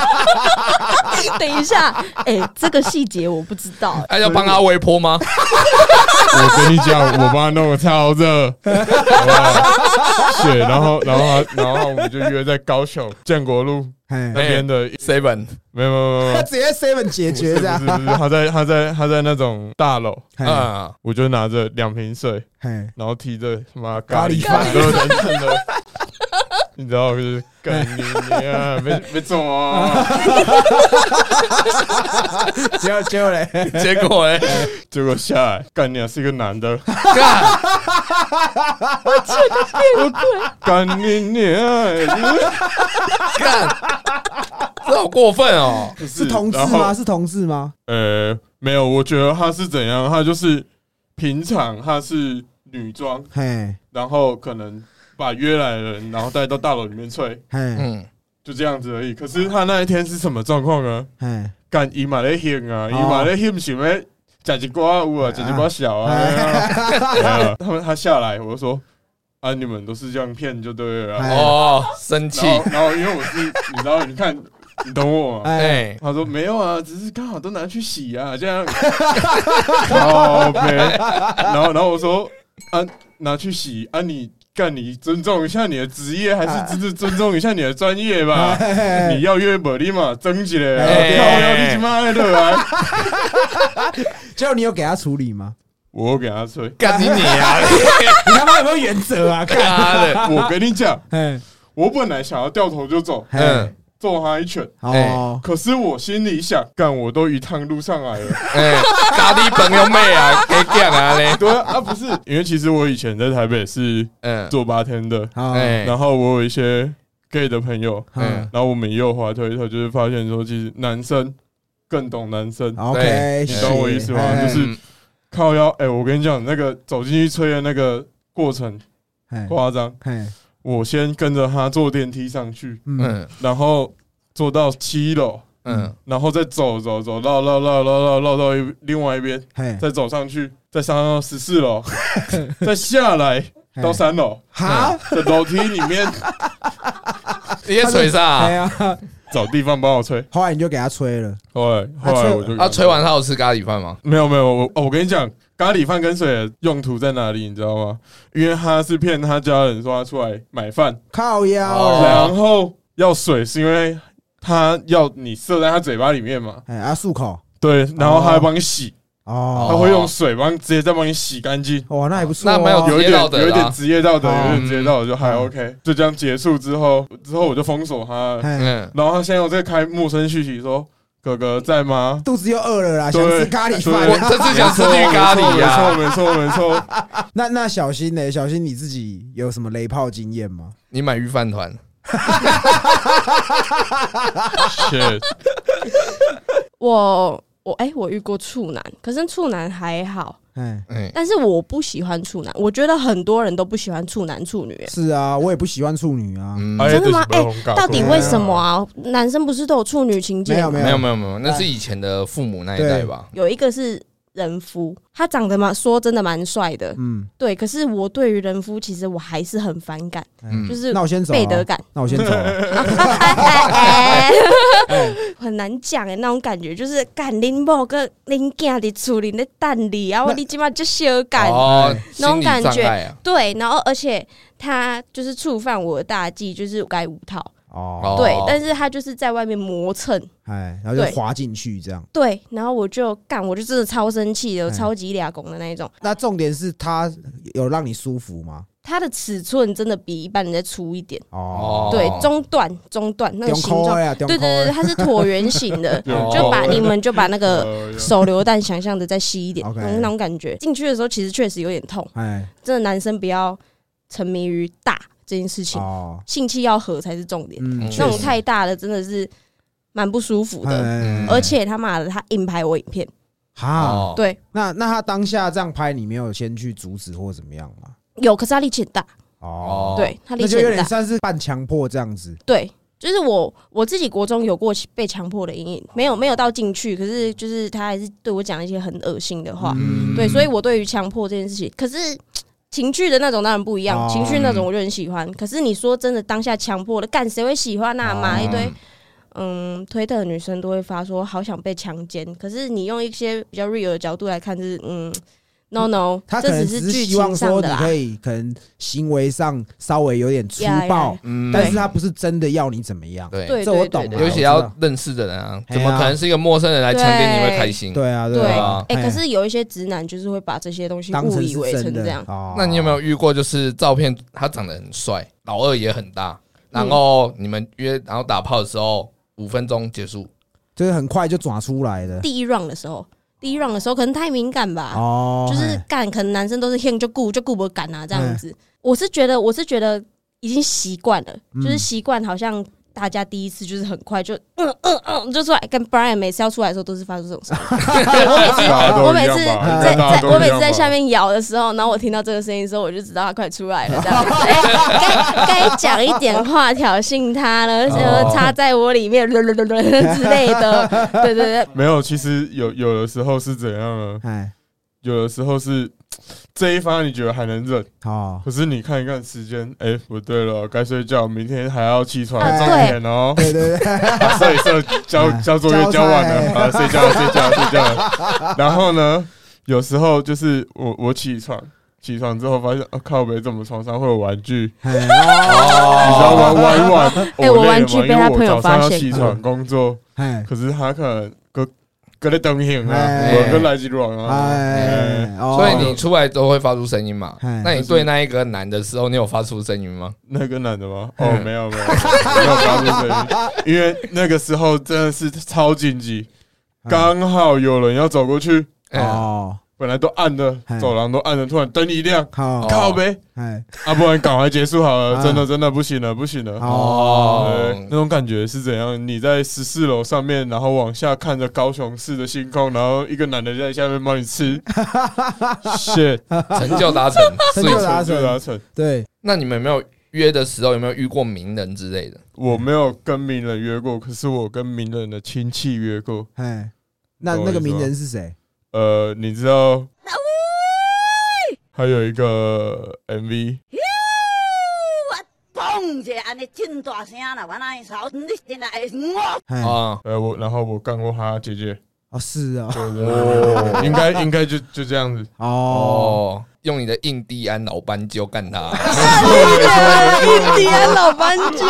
Speaker 1: 等一下，哎、这个细节我不知道、
Speaker 3: 哎，要帮他微波吗？
Speaker 4: 我跟你讲，我妈弄得超 热，好不好是，然后然后她然后我们就约在高雄建国路
Speaker 2: 哎
Speaker 4: 那，边的，
Speaker 3: Seven
Speaker 4: 没有没有没有没
Speaker 2: 他
Speaker 4: 有，
Speaker 2: 直接 seven 解
Speaker 4: 不是
Speaker 2: 决
Speaker 4: 呃不
Speaker 2: 这样
Speaker 4: 是，不是，他在他在他在那种大楼，
Speaker 2: 哎
Speaker 3: 啊，
Speaker 4: 我就拿着两瓶水，
Speaker 2: 哎，
Speaker 4: 然后提着他妈
Speaker 2: 咖
Speaker 4: 咖
Speaker 2: 喱
Speaker 4: 喱
Speaker 2: 饭
Speaker 4: 饭，然后等等的， 你知道就是干你 娘，没没中啊！
Speaker 2: 结果结果 嘞，
Speaker 3: 结果哎，
Speaker 4: 结果下来，干你娘是一个男的，
Speaker 3: 干
Speaker 4: 干你娘，啊
Speaker 3: 干，这好过分哦！
Speaker 4: 不
Speaker 2: 是同志
Speaker 4: 然后
Speaker 2: 吗？是同志吗？
Speaker 4: 呃，没有，我觉得他是怎样，他就是平常他是女装，
Speaker 2: 嘿，
Speaker 4: 然后可能把约来的人，然后带到大楼里面吹，
Speaker 2: 嘿，
Speaker 3: 嗯，
Speaker 4: 就这样子而已。可是他那一天是什么状况呢？
Speaker 2: 嘿，
Speaker 4: 干伊嘛咧兴啊，
Speaker 2: 哦
Speaker 4: 伊嘛咧兴想要食一寡有啊，食一寡小啊。对啊他们他下来，我就说啊，你们都是这样骗就对了啊。
Speaker 2: 哎
Speaker 3: 哦，生气，
Speaker 4: 然后然后因为我是你知道，你看你懂我吗？
Speaker 2: 哎，
Speaker 3: 哎，。
Speaker 4: 他说没有啊，只是刚好都拿去洗啊，这样。 好呗。然后然后我说啊，拿去洗啊，你干你尊重一下你的职业，还是真的尊重一下你的专业吧。你要约本利嘛，争起来啊，
Speaker 2: 哎
Speaker 4: 靠腰你他妈的啊！
Speaker 2: 结果你有给他处理吗？
Speaker 4: 我有给他吹
Speaker 3: 干你你啊！
Speaker 2: 你他妈有没有原则
Speaker 4: 哎
Speaker 2: 啊？看，
Speaker 3: 妈的，
Speaker 4: 我跟你讲，
Speaker 2: 嘿，
Speaker 4: 我本来想要掉头就走，
Speaker 2: 嘿，
Speaker 3: 嗯，
Speaker 4: 揍他一拳。
Speaker 2: 哦，
Speaker 4: 可是我心里想，干我都一趟路上来了，
Speaker 3: 哎，咖喱朋友妹啊，给讲啊嘞，
Speaker 4: 对啊，啊不是，因为其实我以前在台北是
Speaker 3: 嗯，
Speaker 4: 做八天的，
Speaker 2: 好，
Speaker 3: 哎
Speaker 4: 哦然后我有一些 gay 的朋友，
Speaker 2: 嗯
Speaker 3: 嗯
Speaker 4: 然后我们也有滑推特，就是发现说，其实男生更懂男生，
Speaker 2: ，OK，
Speaker 4: 哎你懂我意思吗
Speaker 2: 是
Speaker 4: 就是
Speaker 3: 嗯
Speaker 4: 靠腰。哎，我跟你讲，那个走进去吹的那个过程
Speaker 2: 嘿，
Speaker 4: 夸张，
Speaker 2: 嘿，
Speaker 4: 我先跟着他坐电梯上去，
Speaker 2: 嗯，
Speaker 3: 嗯
Speaker 4: 然后坐到七楼。
Speaker 3: 嗯
Speaker 4: 然后再走走走，绕绕绕绕绕绕到一另外一边，
Speaker 2: 嘿，
Speaker 4: 再走上去，再上到十四楼， 再下来
Speaker 2: 嘿
Speaker 4: 到三楼
Speaker 2: 哈，
Speaker 4: 的楼梯里面
Speaker 3: 你也吹
Speaker 4: 啊
Speaker 2: 哎
Speaker 3: 啥？啊
Speaker 2: 呀，
Speaker 4: 找地方帮我吹。
Speaker 2: 后来你就给他吹了，
Speaker 4: 后来
Speaker 2: 啊
Speaker 4: 后来
Speaker 2: 吹
Speaker 4: 我就
Speaker 3: 啊，吹完他有吃咖喱饭吗？
Speaker 4: 没有没有我哦我跟你讲，咖喱饭跟水的用途在哪里，你知道吗？因为他是骗他家人说他出来买饭，
Speaker 2: 靠腰啊
Speaker 3: 哦，
Speaker 4: 然后要水是因为他要你射在他嘴巴里面嘛，
Speaker 2: 哎，啊，漱口，
Speaker 4: 对，然后他还帮你洗，
Speaker 2: 哦，
Speaker 4: 他会用水帮直接再帮你洗干净。
Speaker 2: 哇，那还不错哦，
Speaker 3: 那蛮有
Speaker 4: 有一
Speaker 3: 职业
Speaker 4: 点
Speaker 3: 道德啦哦
Speaker 4: 有一点职业道德，
Speaker 2: 嗯
Speaker 4: 有一点职业道德就还 OK。就这样结束之后，之后我就封锁他，
Speaker 2: 哎，
Speaker 3: 嗯，
Speaker 4: 然后他现在又在开陌生讯息说：“哥哥在吗
Speaker 2: 肚子又饿了啦，想
Speaker 4: 对
Speaker 2: 吃咖喱
Speaker 4: 对
Speaker 3: 我
Speaker 2: 饭。
Speaker 3: 这？”次想吃绿咖喱啊呀。
Speaker 4: 没错，没错，没 错，没错。
Speaker 2: 那那小新呢？小新你自己有什么雷炮经验吗？
Speaker 3: 你买鱼饭团，
Speaker 4: Shit，
Speaker 1: 我我哎、我遇过处男，可是处男还好，
Speaker 2: 哎，
Speaker 3: 哎，
Speaker 1: 但是我不喜欢处男，我觉得很多人都不喜欢处男处女、欸
Speaker 2: 是啊，我也不喜欢处女啊。
Speaker 3: 嗯，
Speaker 4: 哎
Speaker 1: 真的吗
Speaker 4: 这是不是很搞，
Speaker 1: 到底为什么啊？男生不是都有处女情
Speaker 2: 没
Speaker 1: 节
Speaker 2: 有
Speaker 1: 吗？
Speaker 2: 没
Speaker 3: 没有没有没有，那是以前的父母那一代吧？
Speaker 1: 有一个是人夫，他长得蛮说真的蛮帅的，
Speaker 2: 嗯，
Speaker 1: 对。可是我对于人夫其实我还是很反感，
Speaker 3: 嗯
Speaker 1: 就，是
Speaker 2: 那我先走啊，
Speaker 1: 背德 感，
Speaker 2: 那我先走啊。 哎
Speaker 1: 很难讲哎、那种感觉就是干拎某个拎囝的处理的蛋里，然后
Speaker 2: 那
Speaker 1: 你起码就羞感。
Speaker 3: 哦，
Speaker 1: 那种感觉
Speaker 3: 心理障碍啊，
Speaker 1: 对，然后而且他就是触犯我的大忌，就是该五套。
Speaker 2: 哦，
Speaker 3: 哦
Speaker 1: 对，但是他就是在外面磨蹭，
Speaker 2: 哎，然后就
Speaker 1: 对
Speaker 2: 滑进去这样。
Speaker 1: 对，然后我就干，我就真的超生气的，我
Speaker 2: 嗯
Speaker 1: 超级俩拱的那一种。
Speaker 2: 那重点是他有让你舒服吗？
Speaker 1: 它的尺寸真的比一般人再粗一点，
Speaker 2: 哦，
Speaker 1: 对，中段中段那个
Speaker 2: 用欸哦
Speaker 1: 形
Speaker 2: 抠
Speaker 1: 状，
Speaker 2: 呀，对
Speaker 1: 对对对，对它是椭圆形的
Speaker 4: 有
Speaker 1: 就呃把
Speaker 4: 有
Speaker 1: 你们就把那个
Speaker 4: 有啊有
Speaker 1: 手榴弹想象的再细一点，
Speaker 2: 嗯 OK
Speaker 1: 那种那种感觉。进去的时候其实确实有点痛，
Speaker 2: 哎，
Speaker 1: 真的男生不要沉迷于大这件事情，
Speaker 2: 哦，
Speaker 1: 性气要合才是重点。
Speaker 2: 嗯，
Speaker 3: 那
Speaker 1: 那种
Speaker 3: 确实
Speaker 1: 太大的真的是蛮不舒服的，
Speaker 2: 哎，
Speaker 1: 而且他妈的他硬拍我影片，
Speaker 3: 哦
Speaker 2: 哈，，
Speaker 1: 对，
Speaker 2: 那那他当下这样拍，你没有先去阻止或怎么样吗？
Speaker 1: 有，可是他力气很大，
Speaker 2: 哦，
Speaker 1: 对他力
Speaker 2: 那
Speaker 1: 气
Speaker 2: 就有
Speaker 1: 很
Speaker 2: 点
Speaker 1: 大，
Speaker 2: 算是半强迫这样子。
Speaker 1: 对。就是我我自己国中有过被强迫的阴影，没有没有到进去，可是就是他还是对我讲一些很恶心的话，
Speaker 2: 嗯
Speaker 1: 对，所以我对于强迫这件事情，可是情趣的那种当然不一样，
Speaker 2: 哦
Speaker 1: 情趣那种我就很喜欢。可是你说真的，当下强迫的，干谁会喜欢啊？
Speaker 2: 哦
Speaker 1: 嘛一堆，嗯，推特的女生都会发说好想被强奸，可是你用一些比较 real 的角度来看，就是嗯， No no，
Speaker 2: 他可
Speaker 1: 这
Speaker 2: 能
Speaker 1: 只
Speaker 2: 是
Speaker 1: 剧
Speaker 2: 希望
Speaker 1: 情上
Speaker 2: 说你
Speaker 1: 的啊
Speaker 2: 可
Speaker 1: 啦。
Speaker 2: 以可能行为上稍微有点粗
Speaker 1: 呀
Speaker 2: 暴
Speaker 1: 呀，
Speaker 3: 嗯
Speaker 2: 但是他不是真的要你怎么样。
Speaker 3: 对
Speaker 1: 对
Speaker 2: 这
Speaker 1: 对
Speaker 2: 我
Speaker 1: 对
Speaker 2: 懂
Speaker 1: 对
Speaker 2: 啊
Speaker 3: 尤其要认识的人啊，
Speaker 2: 哎
Speaker 3: 怎
Speaker 2: 呀
Speaker 3: 么可能是一个陌生人来强奸你会开心？
Speaker 2: 对啊，
Speaker 1: 对，
Speaker 2: 啊
Speaker 1: 哎。、可
Speaker 2: 嘿
Speaker 1: 是有一些直男就是会把这些东西
Speaker 2: 当
Speaker 1: 误
Speaker 2: 成
Speaker 1: 以
Speaker 2: 是
Speaker 1: 为
Speaker 2: 真
Speaker 1: 成
Speaker 2: 的
Speaker 1: 这样，
Speaker 2: 哦
Speaker 3: 那你有没有遇过，就是照片他长得很帅，老二也很大，然后你们约，然后打炮的时候五分钟结束，
Speaker 2: 就是很快就抓出来的？
Speaker 1: 第一 round 的时候，第一 round 的时候可能太敏感吧，
Speaker 2: 哦，
Speaker 1: 啊就是
Speaker 2: 嘿
Speaker 1: 干，可能男生都是 him 就顾就顾不敢啊这样子。我是觉得，我是觉得已经习惯了，
Speaker 2: 嗯
Speaker 1: 就是习惯好像。大家第一次就是很快就嗯嗯嗯就出来，跟 Brian 每次要出来的时候都是发出这种声音。
Speaker 4: 哎大家
Speaker 1: 啊我
Speaker 4: 都一
Speaker 1: 每次
Speaker 4: 样吧？哎
Speaker 1: 在
Speaker 4: 大家
Speaker 1: 在
Speaker 4: 都一样吧
Speaker 1: 我每次在下面摇的时候，然后我听到这个声音的时候，我就知道他快出来了。这样 子哎该该讲一点话挑衅他了，
Speaker 4: 哦
Speaker 1: 呃，插在我里面之类 的。对对对，
Speaker 4: 没有，其实有有的时候是怎样呢？
Speaker 2: 哎，
Speaker 4: 有的时候是这一方你觉得还能忍，
Speaker 2: 好，
Speaker 4: 可是你看一看时间，哎、不对了，该睡觉，明天还要起床
Speaker 1: 啊
Speaker 4: 种田哦。
Speaker 2: 对对 对，
Speaker 4: 把射一射，交
Speaker 2: 哎
Speaker 4: 啊交作业
Speaker 2: 交
Speaker 4: 交完
Speaker 2: 差
Speaker 4: 了，啊，睡 觉了，睡觉了，睡觉了。然后呢，有时候就是我我起床，起床之后发现，啊、靠北，怎么床上会有玩具？
Speaker 2: 哎
Speaker 4: 你知道
Speaker 3: 哦，
Speaker 4: 玩玩一玩，
Speaker 1: 哎我
Speaker 4: 累了
Speaker 1: 玩
Speaker 4: 嘛
Speaker 1: 具被
Speaker 4: 因为
Speaker 1: 他
Speaker 4: 我
Speaker 1: 朋友
Speaker 4: 早上
Speaker 1: 发
Speaker 4: 要
Speaker 1: 现
Speaker 4: 起床工作，
Speaker 2: 哎
Speaker 4: 可是他可能搁搁在等影啊，
Speaker 2: 哎
Speaker 4: 我搁来几卵啊。
Speaker 2: 哎，
Speaker 3: 嗯
Speaker 2: 哦
Speaker 3: 所以你出来都会发出声音嘛
Speaker 2: 嗯？
Speaker 3: 那你对那一个男的时候，你有发出声音吗？
Speaker 4: 那个男的吗？
Speaker 2: 哎
Speaker 4: 哦，没有 没有，没有发出声音，因为那个时候真的是超紧急，
Speaker 2: 哎
Speaker 4: 刚好有人要走过去。
Speaker 3: 哎
Speaker 2: 哦，
Speaker 4: 本来都暗的
Speaker 2: 嗯，
Speaker 4: 走廊都暗的，突然灯一亮，
Speaker 2: 好，
Speaker 4: 靠呗，
Speaker 2: 哎，
Speaker 4: 啊，不然赶快结束好
Speaker 2: 啊
Speaker 4: 了，真的真的不行了，不行了。
Speaker 2: 哦
Speaker 4: 对，那种感觉是怎样？你在十四楼上面，然后往下看着高雄市的星空，然后一个男的在下面帮 你吃，shit，
Speaker 3: 成就达成，
Speaker 2: 成
Speaker 3: 所以
Speaker 2: 就达成
Speaker 4: 成达成。
Speaker 2: 对，
Speaker 3: 那你们有没有约的时候有没有遇过名人之类的？
Speaker 4: 我没有跟名人约过，可是我跟名人的亲戚约过。
Speaker 2: 哎，那那个名人是谁？
Speaker 4: 呃，你知道，还有一个 MV，
Speaker 5: 砰一下，安尼真大声啦，我那会吵，你真来我
Speaker 2: 哎，
Speaker 3: 啊，
Speaker 4: 呃，我然后我干过他姐姐，
Speaker 2: 哦，是哦，
Speaker 4: 哦，应该应该就就这样子。
Speaker 2: 哦，
Speaker 3: 哦，用你的印第安老斑鸠干 他，
Speaker 4: 哎
Speaker 1: 哎印第安哎老斑鸠，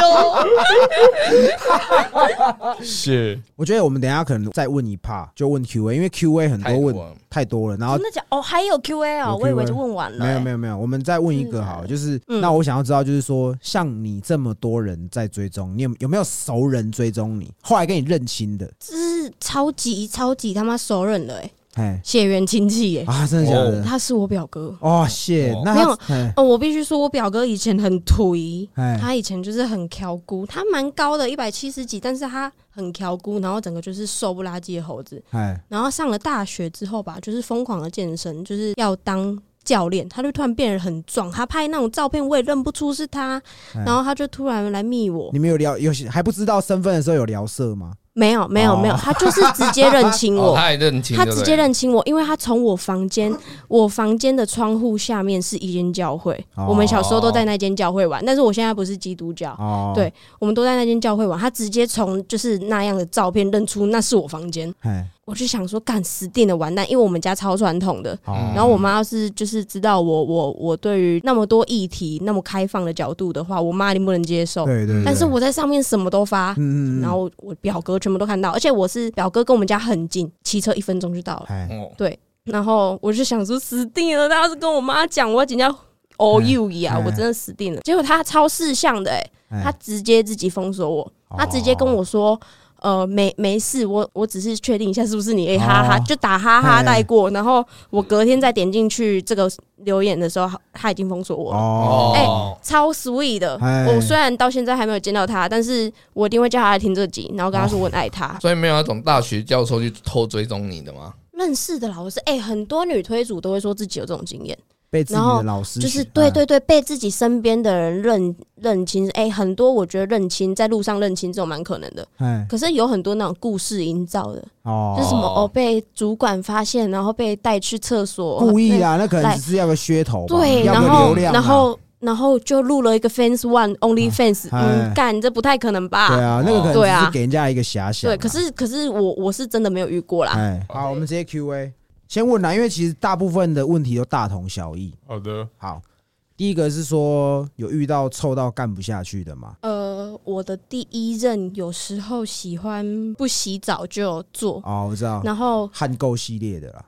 Speaker 4: 谢，
Speaker 2: 我觉得我们等一下可能再问一趴，就问 Q A，因为 Q A 很
Speaker 3: 太
Speaker 2: 多
Speaker 3: 多
Speaker 2: 问
Speaker 3: 了。
Speaker 2: 太多了，然后
Speaker 1: 真的假？哦，还有 Q&A 哦，
Speaker 2: 有
Speaker 1: 我以为
Speaker 2: Q&A
Speaker 1: 就问完了欸。
Speaker 2: 没有没有没有，我们再问一个好了，就是、
Speaker 1: 嗯
Speaker 2: 那我想要知道，就是说像你这么多人在追踪，你有有没有熟人追踪你？后来跟你认亲的，
Speaker 1: 这是超级超级他妈熟人的哎、
Speaker 2: 哎
Speaker 1: 血缘亲戚耶、
Speaker 2: 啊，真的假的？
Speaker 1: 他是我表哥。
Speaker 2: 哦，谢、
Speaker 3: 哦
Speaker 2: 那
Speaker 1: 哎没有
Speaker 2: 他哎
Speaker 1: 哦，我必须说，我表哥以前很颓，
Speaker 2: 哎
Speaker 1: 他以前就是很挑姑，他蛮高的，一百七十几，但是他很挑姑，然后整个就是瘦不拉几的猴子。
Speaker 2: 哎
Speaker 1: 然后上了大学之后吧，就是疯狂的健身，就是要当教练，他就突然变得很壮，他拍那种照片我也认不出是他，
Speaker 2: 哎
Speaker 1: 然后他就突然来密我，
Speaker 2: 你们有聊有还不知道身份的时候有聊色吗？
Speaker 1: 没有没有没有，他就是直接认清
Speaker 3: 哦
Speaker 1: 我，
Speaker 3: 他还认清，
Speaker 1: 他
Speaker 3: 对不
Speaker 1: 直
Speaker 3: 对
Speaker 1: 接认清我，因为他从我房间，我房间的窗户下面是一间教会，
Speaker 2: 哦
Speaker 1: 我们小时候都在那间教会玩，但是我现在不是基督教，
Speaker 2: 哦，
Speaker 1: 对我们都在那间教会玩。他直接从就是那样的照片认出那是我房间，
Speaker 2: 哎
Speaker 1: 我就想说干死定了完蛋，因为我们家超传统的。
Speaker 2: 哦
Speaker 1: 然后我妈要是就是知道我我我对于那么多议题那么开放的角度的话，我妈一定不能接受。
Speaker 2: 对对对，
Speaker 1: 但是我在上面什么都发，
Speaker 2: 嗯
Speaker 1: 然后我表哥全部都看到，而且我是表哥跟我们家很近，骑车一分钟就到了。
Speaker 2: 哎
Speaker 3: 哦，
Speaker 1: 然后我就想说死定了，他要是跟我妈讲，我要紧张 all you 呀、
Speaker 2: 嗯
Speaker 1: 我真的死定了。结果他超识相的、欸，
Speaker 2: 哎哦
Speaker 1: 他直接自己封锁我，他直接跟我说。呃，没没事，我我只是确定一下是不是你，哎、
Speaker 2: 哦哎
Speaker 1: 哈哈，就打哈哈
Speaker 2: 嘿
Speaker 1: 带过，然后我隔天再点进去这个留言的时候，他已经封锁我了，
Speaker 2: 哦
Speaker 1: 哎
Speaker 3: 哦，
Speaker 1: 超 sweet 的。
Speaker 2: 哎
Speaker 1: 我虽然到现在还没有见到他，但是我一定会叫他来听这集，然后跟他说我很爱他。
Speaker 2: 哦
Speaker 3: 所以没有那种大学教授去偷追踪你的吗？
Speaker 1: 认识的老师，哎、很多女推主都会说自己有这种经验，
Speaker 2: 被自己
Speaker 1: 然
Speaker 2: 的
Speaker 1: 后
Speaker 2: 老师
Speaker 1: 就是
Speaker 2: 取
Speaker 1: 对
Speaker 2: 哎
Speaker 1: 对对，被自己身边的人认认清，哎、很多我觉得认清在路上认清这种蛮可能的，
Speaker 2: 哎
Speaker 1: 可是有很多那种故事营造的，
Speaker 2: 哦
Speaker 1: 就是什么哦被主管发现，然后被带去厕所，
Speaker 2: 故意
Speaker 1: 被
Speaker 2: 啦，那可能
Speaker 1: 来
Speaker 2: 只是要个噱头吧，
Speaker 1: 对，
Speaker 2: 要
Speaker 1: 然
Speaker 2: 个
Speaker 1: 后
Speaker 2: 流量啊，
Speaker 1: 然后然后就录了一个 fans one only fans，
Speaker 2: 哎
Speaker 1: 嗯，干这不太可能吧？
Speaker 2: 对啊，那个可能
Speaker 1: 对
Speaker 2: 只
Speaker 1: 啊
Speaker 2: 是给人家一个遐想
Speaker 1: 对，
Speaker 2: 啊。
Speaker 1: 可是可是我我是真的没有遇过啦，
Speaker 2: 哎，好，我们直接 Q A。先问啦，因为其实大部分的问题都大同小异。
Speaker 4: 好的，
Speaker 2: 好，第一个是说有遇到臭到干不下去的嘛？
Speaker 1: 呃，我的第一任有时候喜欢不洗澡就做，
Speaker 2: 哦，我知道，
Speaker 1: 然后
Speaker 2: 汗垢系列的啦。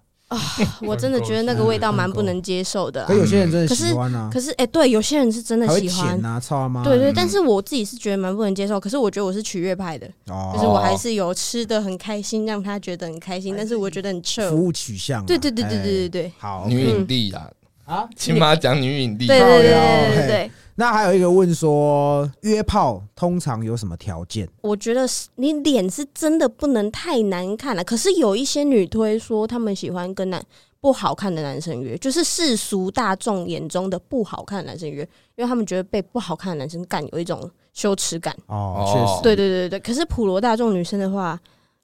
Speaker 1: 我真的觉得那个味道蛮不能接受的
Speaker 2: 可
Speaker 1: 啦。
Speaker 2: 有些人真的喜欢啊，
Speaker 1: 啊可是，哎、对，有些人是真的
Speaker 2: 还会
Speaker 1: 喜欢
Speaker 2: 舔，啊，操他妈！
Speaker 1: 对对，
Speaker 3: 嗯
Speaker 1: 但是我自己是觉得蛮不能接受。可是我觉得我是取悦派的，就是
Speaker 2: 哦，
Speaker 1: 我还是有吃的很开心，让他觉得很开心，但是我觉得很臭。
Speaker 2: 服务取向啊。
Speaker 1: 对对对对对对
Speaker 2: 哎
Speaker 1: 对
Speaker 2: 好
Speaker 3: 女影帝啦，
Speaker 2: 啊。
Speaker 3: 亲妈讲女影帝，
Speaker 1: 对对
Speaker 2: 靠
Speaker 1: 对对
Speaker 2: 腰
Speaker 1: 对对
Speaker 2: 嘿
Speaker 1: 对，
Speaker 2: 那还有一个问说，约炮通常有什么条件？
Speaker 1: 我觉得是你脸是真的不能太难看啊了。可是有一些女推说她们喜欢跟男不好看的男生约，就是世俗大众眼中的不好看的男生约，因为他们觉得被不好看的男生干有一种羞耻感。
Speaker 2: 哦，
Speaker 3: 哦
Speaker 2: 确实，
Speaker 1: 对对对对对，可是普罗大众女生的话，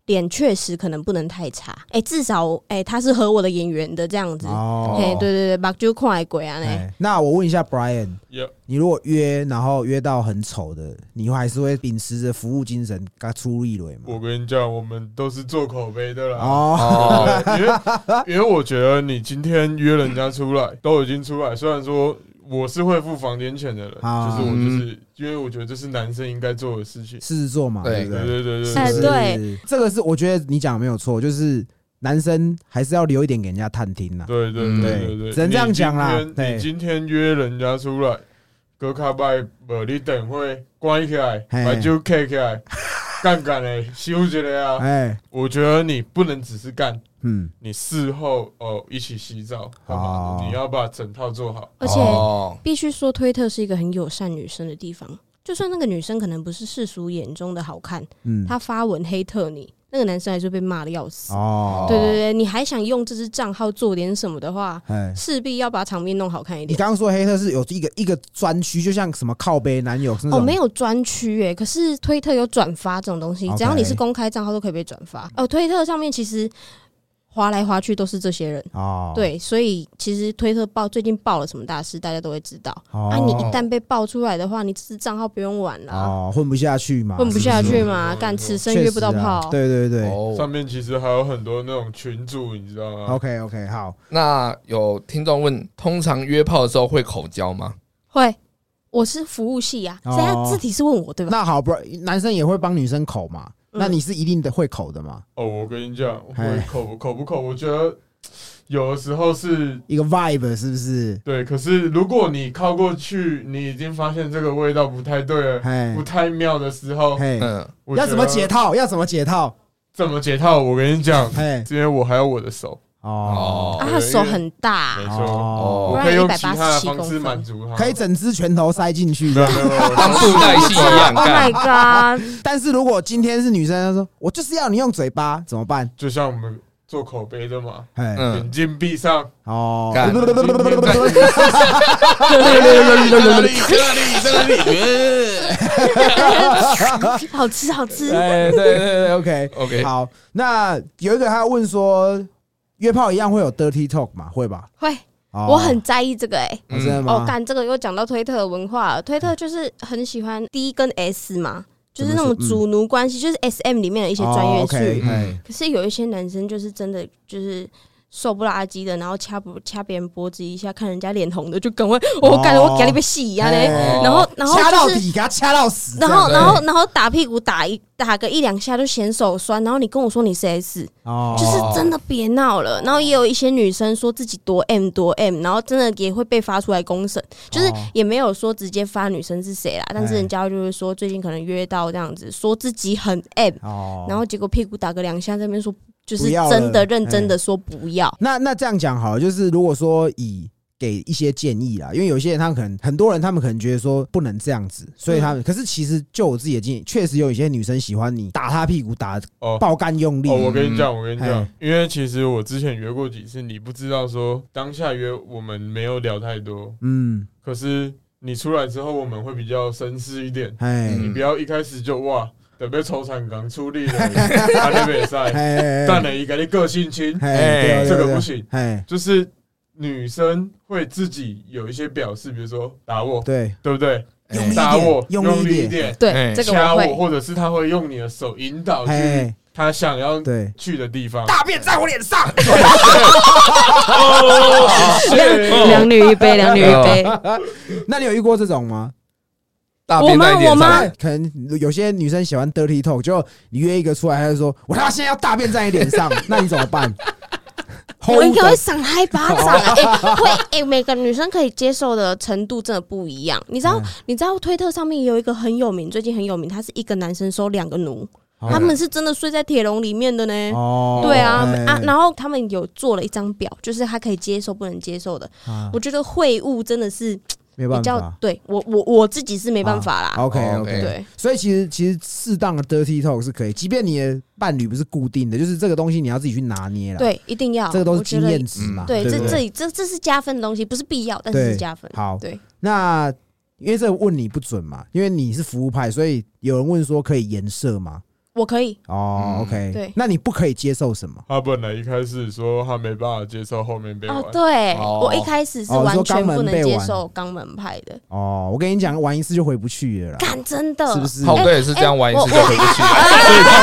Speaker 1: 脸确实可能不能太差。哎、至少哎、她是合我的眼缘的这样子。
Speaker 2: 哦，
Speaker 1: 哎、对对对，把就快鬼啊嘞！
Speaker 2: 哎，那我问一下 Brian，
Speaker 4: Yeah
Speaker 2: 你如果约，然后约到很丑的，你还是会秉持着服务精神给他出力蕊
Speaker 4: 我
Speaker 2: 吗？
Speaker 4: 跟你讲，我们都是做口碑的啦。
Speaker 2: 哦，
Speaker 3: 哦，
Speaker 4: 对因为因为我觉得你今天约人家出来，都已经出来，虽然说我是会付房间钱的人，
Speaker 2: 啊嗯
Speaker 4: 就是我就是因为我觉得这是男生应该做的事情。
Speaker 2: 狮子座嘛，
Speaker 3: 对
Speaker 2: 对不对？啊
Speaker 4: 对对对
Speaker 1: 哎
Speaker 4: 对，
Speaker 2: 是
Speaker 1: 对，
Speaker 2: 这个是我觉得你讲的没有错，就是男生还是要留一点给人家探听啊啦。
Speaker 4: 对对
Speaker 3: 嗯
Speaker 4: 对对对，
Speaker 2: 只能这样讲啦
Speaker 4: 你
Speaker 2: 对
Speaker 4: 今天你今天约人家出来，隔卡拜无你等会关起来，
Speaker 2: 嘿
Speaker 4: 把酒开 起来，干干嘞，休息了啊！
Speaker 2: 哎，
Speaker 4: 我觉得你不能只是干，
Speaker 2: 嗯，
Speaker 4: 你事后哦一起洗澡干嘛
Speaker 2: 哦
Speaker 4: 的？你要把整套做好。
Speaker 1: 而且
Speaker 3: 哦
Speaker 1: 必须说，推特是一个很友善女生的地方。就算那个女生可能不是世俗眼中的好看，
Speaker 2: 嗯，
Speaker 1: 她发文黑特你，那个男生还是被骂的要死。
Speaker 2: 哦，
Speaker 1: 对对对，你还想用这支账号做点什么的话，
Speaker 2: 哎。
Speaker 1: 势必要把场面弄好看一
Speaker 2: 你
Speaker 1: 点。
Speaker 2: 刚刚说黑特是有一个一个专区，就像什么靠背男友是
Speaker 1: 哦，
Speaker 2: 那种
Speaker 1: 没有专区诶，可是推特有转发这种东西
Speaker 2: OK，
Speaker 1: 只要你是公开账号都可以被转发。哦，推特上面其实划来划去都是这些人，
Speaker 2: 哦，，
Speaker 1: 对，所以其实推特爆最近爆了什么大事，大家都会知道。
Speaker 2: 哦、
Speaker 1: 啊，你一旦被爆出来的话，你这支账号不用玩了，
Speaker 2: 哦混不下去嘛，
Speaker 1: 混不下
Speaker 2: 是
Speaker 1: 去
Speaker 2: 是
Speaker 1: 嘛，
Speaker 4: 嗯
Speaker 1: 干此生
Speaker 2: 确
Speaker 1: 约不到
Speaker 2: 实啊
Speaker 1: 炮。
Speaker 2: 对对对、
Speaker 4: 上
Speaker 3: 哦，
Speaker 4: 面其实还有很多那种群主，你知道吗
Speaker 2: o？k OK，好，
Speaker 3: 那有听众问，通常约炮的时候会口交吗？
Speaker 1: 会，我是服务系啊，
Speaker 2: 哦
Speaker 1: 所以他字体是问我对吧？
Speaker 2: 那好不，男生也会帮女生口嘛，
Speaker 1: 嗯
Speaker 2: 那你是一定的会口的嘛，
Speaker 4: 哦，我跟你讲，
Speaker 2: 哎
Speaker 4: 我口不口不口，我觉得有的时候是
Speaker 2: 一个 vibe 是不是？
Speaker 4: 对，可是如果你靠过去，你已经发现这个味道不太对了，
Speaker 2: 嘿
Speaker 4: 不太妙的时候，
Speaker 2: 嘿，
Speaker 3: 嗯，
Speaker 4: 我
Speaker 2: 要
Speaker 4: 觉
Speaker 2: 怎么
Speaker 4: 得
Speaker 2: 解？套？要怎么解套？
Speaker 4: 怎么解套？我跟你讲，
Speaker 2: 嘿，
Speaker 4: 因为我还有我的手，
Speaker 2: 哦
Speaker 3: 哦
Speaker 1: 啊，他手很大
Speaker 4: 没，错，
Speaker 2: 哦
Speaker 3: 哦
Speaker 1: 不
Speaker 4: 我
Speaker 1: 然
Speaker 4: 可以用
Speaker 1: 187
Speaker 4: 其他的方
Speaker 1: 公
Speaker 4: 式
Speaker 1: 分
Speaker 4: 满足他。
Speaker 2: 可以整只拳头塞进去
Speaker 4: 没有，没有，没有
Speaker 3: 当布袋哦戏一样
Speaker 1: Oh my。
Speaker 3: 干
Speaker 1: god！
Speaker 2: 但是如果今天是女生，她说我就是要你用嘴巴，怎么办？
Speaker 4: 就像我们做口碑的嘛，
Speaker 2: 嘿，
Speaker 3: 嗯
Speaker 4: 眼睛闭上，
Speaker 2: 哦，
Speaker 3: 干 在哪里？在哪里？在哪里？
Speaker 1: 好吃好吃，
Speaker 2: 哎，对对对，OK
Speaker 3: OK
Speaker 4: 哎
Speaker 2: 好，那有一个他问说，约炮一样会有 dirty talk 嘛？会吧？
Speaker 1: 会，
Speaker 2: 哦
Speaker 1: 我很在意这个哎。
Speaker 2: 哦真的
Speaker 1: 哦
Speaker 2: 吗，？
Speaker 1: 干这个又讲到推特的文化了，推特就是很喜欢 D 跟 S 嘛，就是那种
Speaker 2: 怎么说嗯
Speaker 1: 主奴关系，就是 SM 里面的一些专业术语。
Speaker 2: 哦，OK，嘿
Speaker 4: 嗯
Speaker 1: 可是有一些男生就是真的就是瘦不拉几的，然后掐不掐别人脖子一下，看人家脸红的就赶快，哦我感觉我给你被戏一样嘞。
Speaker 2: 哎
Speaker 1: 然后然后
Speaker 2: 掐到
Speaker 1: 就是
Speaker 2: 底，给他掐到死，
Speaker 1: 然后
Speaker 2: 这
Speaker 1: 然
Speaker 2: 样
Speaker 1: 后然后打屁股打一打个一两下就嫌手酸，然后你跟我说你是 S，
Speaker 2: 哦
Speaker 1: 就是真的别闹了。然后也有一些女生说自己多 M 多 M，然后真的也会被发出来公审，就是
Speaker 2: 哦
Speaker 1: 也没有说直接发女生是谁啦，但是人家就是说最近可能约到这样子，说自己很 M，
Speaker 2: 哦
Speaker 1: 然后结果屁股打个两下，在那边说就是
Speaker 2: 不要了哎
Speaker 1: 真的认真的说不要。
Speaker 2: 那那这样讲好了，就是如果说以给一些建议啦，因为有些人他们可能很多人他们可能觉得说不能这样子，所以
Speaker 1: 嗯
Speaker 2: 他们、可是其实就我自己的经验，确实有一些女生喜欢你打她屁股打
Speaker 4: 哦，
Speaker 2: 爆干用力，
Speaker 4: 哦，我跟你讲，我跟你讲
Speaker 2: 嘿，
Speaker 4: 因为其实我之前约过几次，你不知道说当下约我们没有聊太多，
Speaker 2: 嗯，
Speaker 4: 可是你出来之后我们会比较绅士一点，
Speaker 2: 哎
Speaker 4: 你
Speaker 3: 嗯
Speaker 4: 不要一开始就哇，等被抽惨刚出力了， 他那边赛，
Speaker 2: 哎
Speaker 4: 但你给你个性侵，
Speaker 2: 哎，
Speaker 4: 这个不行，
Speaker 2: 哎，
Speaker 4: 就是女生会自己有一些表示，比如说打我，
Speaker 2: 对，
Speaker 4: 对不对？
Speaker 2: 用力一
Speaker 4: 打我
Speaker 2: 点，，用
Speaker 4: 力
Speaker 2: 力
Speaker 4: 一，点，
Speaker 1: 对
Speaker 3: 哎，
Speaker 1: 这个
Speaker 4: 掐
Speaker 1: 我
Speaker 4: 我，
Speaker 1: 会。
Speaker 4: 或者是他会用你的手引导去
Speaker 2: 哎，
Speaker 4: 他想要
Speaker 2: 对
Speaker 4: 去的地方。
Speaker 3: 大便在我脸上，哦
Speaker 6: 两女一杯，两女一杯。
Speaker 2: 哦那你有遇过这种吗？
Speaker 3: 大便在你
Speaker 1: 我
Speaker 3: 脸
Speaker 1: 吗
Speaker 3: 上
Speaker 1: 我，
Speaker 2: 可能有些女生喜欢 dirty talk，就你约一个出来，她就说：“我他妈现在要大便在你脸上，那你怎么 办？”
Speaker 1: 我应
Speaker 2: Hold
Speaker 1: 该会
Speaker 2: 的
Speaker 1: 赏他一巴
Speaker 2: 哦
Speaker 1: 掌。哎、会哎、每个女生可以接受的程度真的不一样。你知道，
Speaker 2: 嗯
Speaker 1: 你知道推特上面有一个很有名，最近很有名，他是一个男生收两个奴，
Speaker 2: 哦
Speaker 1: 他们是真的睡在铁笼里面的呢。
Speaker 2: 哦
Speaker 1: 对啊、
Speaker 2: 哎
Speaker 1: 啊，然后他们有做了一张表，就是他可以接受、不能接受的。
Speaker 2: 啊
Speaker 1: 我觉得会务真的是
Speaker 2: 没
Speaker 1: 比
Speaker 2: 办
Speaker 1: 较
Speaker 2: 法，啊
Speaker 1: 对我我我自己是没办法啦。
Speaker 2: OK
Speaker 3: 哦
Speaker 2: OK，
Speaker 3: OK
Speaker 1: 对，
Speaker 2: 所以其实其实适当的 dirty talk 是可以，即便你的伴侣不是固定的，就是这个东西你要自己去拿捏了。，
Speaker 1: 对，一定要
Speaker 2: 这个都是
Speaker 1: 我觉
Speaker 2: 经
Speaker 1: 得
Speaker 2: 验值
Speaker 3: 嗯
Speaker 2: 嘛。
Speaker 1: 对，这
Speaker 2: 不
Speaker 1: 这这这是加分的东西，不是必要，但是
Speaker 2: 对
Speaker 1: 是加分。
Speaker 2: 好
Speaker 1: 对，
Speaker 2: 那因为这个问你不准嘛，因为你是服务派，所以有人问说可以颜色吗？
Speaker 1: 我可以。
Speaker 2: 哦
Speaker 3: 嗯
Speaker 2: ，OK，
Speaker 1: 对
Speaker 2: 那你不可以接受什么？
Speaker 4: 他本来一开始说他没办法接受后面被玩
Speaker 1: 哦，，对，
Speaker 3: 哦
Speaker 1: 我一开始是
Speaker 2: 哦
Speaker 1: 完
Speaker 2: 说肛
Speaker 1: 全
Speaker 2: 门
Speaker 1: 不能
Speaker 2: 被
Speaker 1: 接
Speaker 2: 玩
Speaker 1: 受肛门派的，
Speaker 2: 哦，我跟你讲，玩一次就回不去了啦，
Speaker 1: 干真的
Speaker 2: 啊 是不是？
Speaker 3: 炮哥也是这样玩一次就回不去了。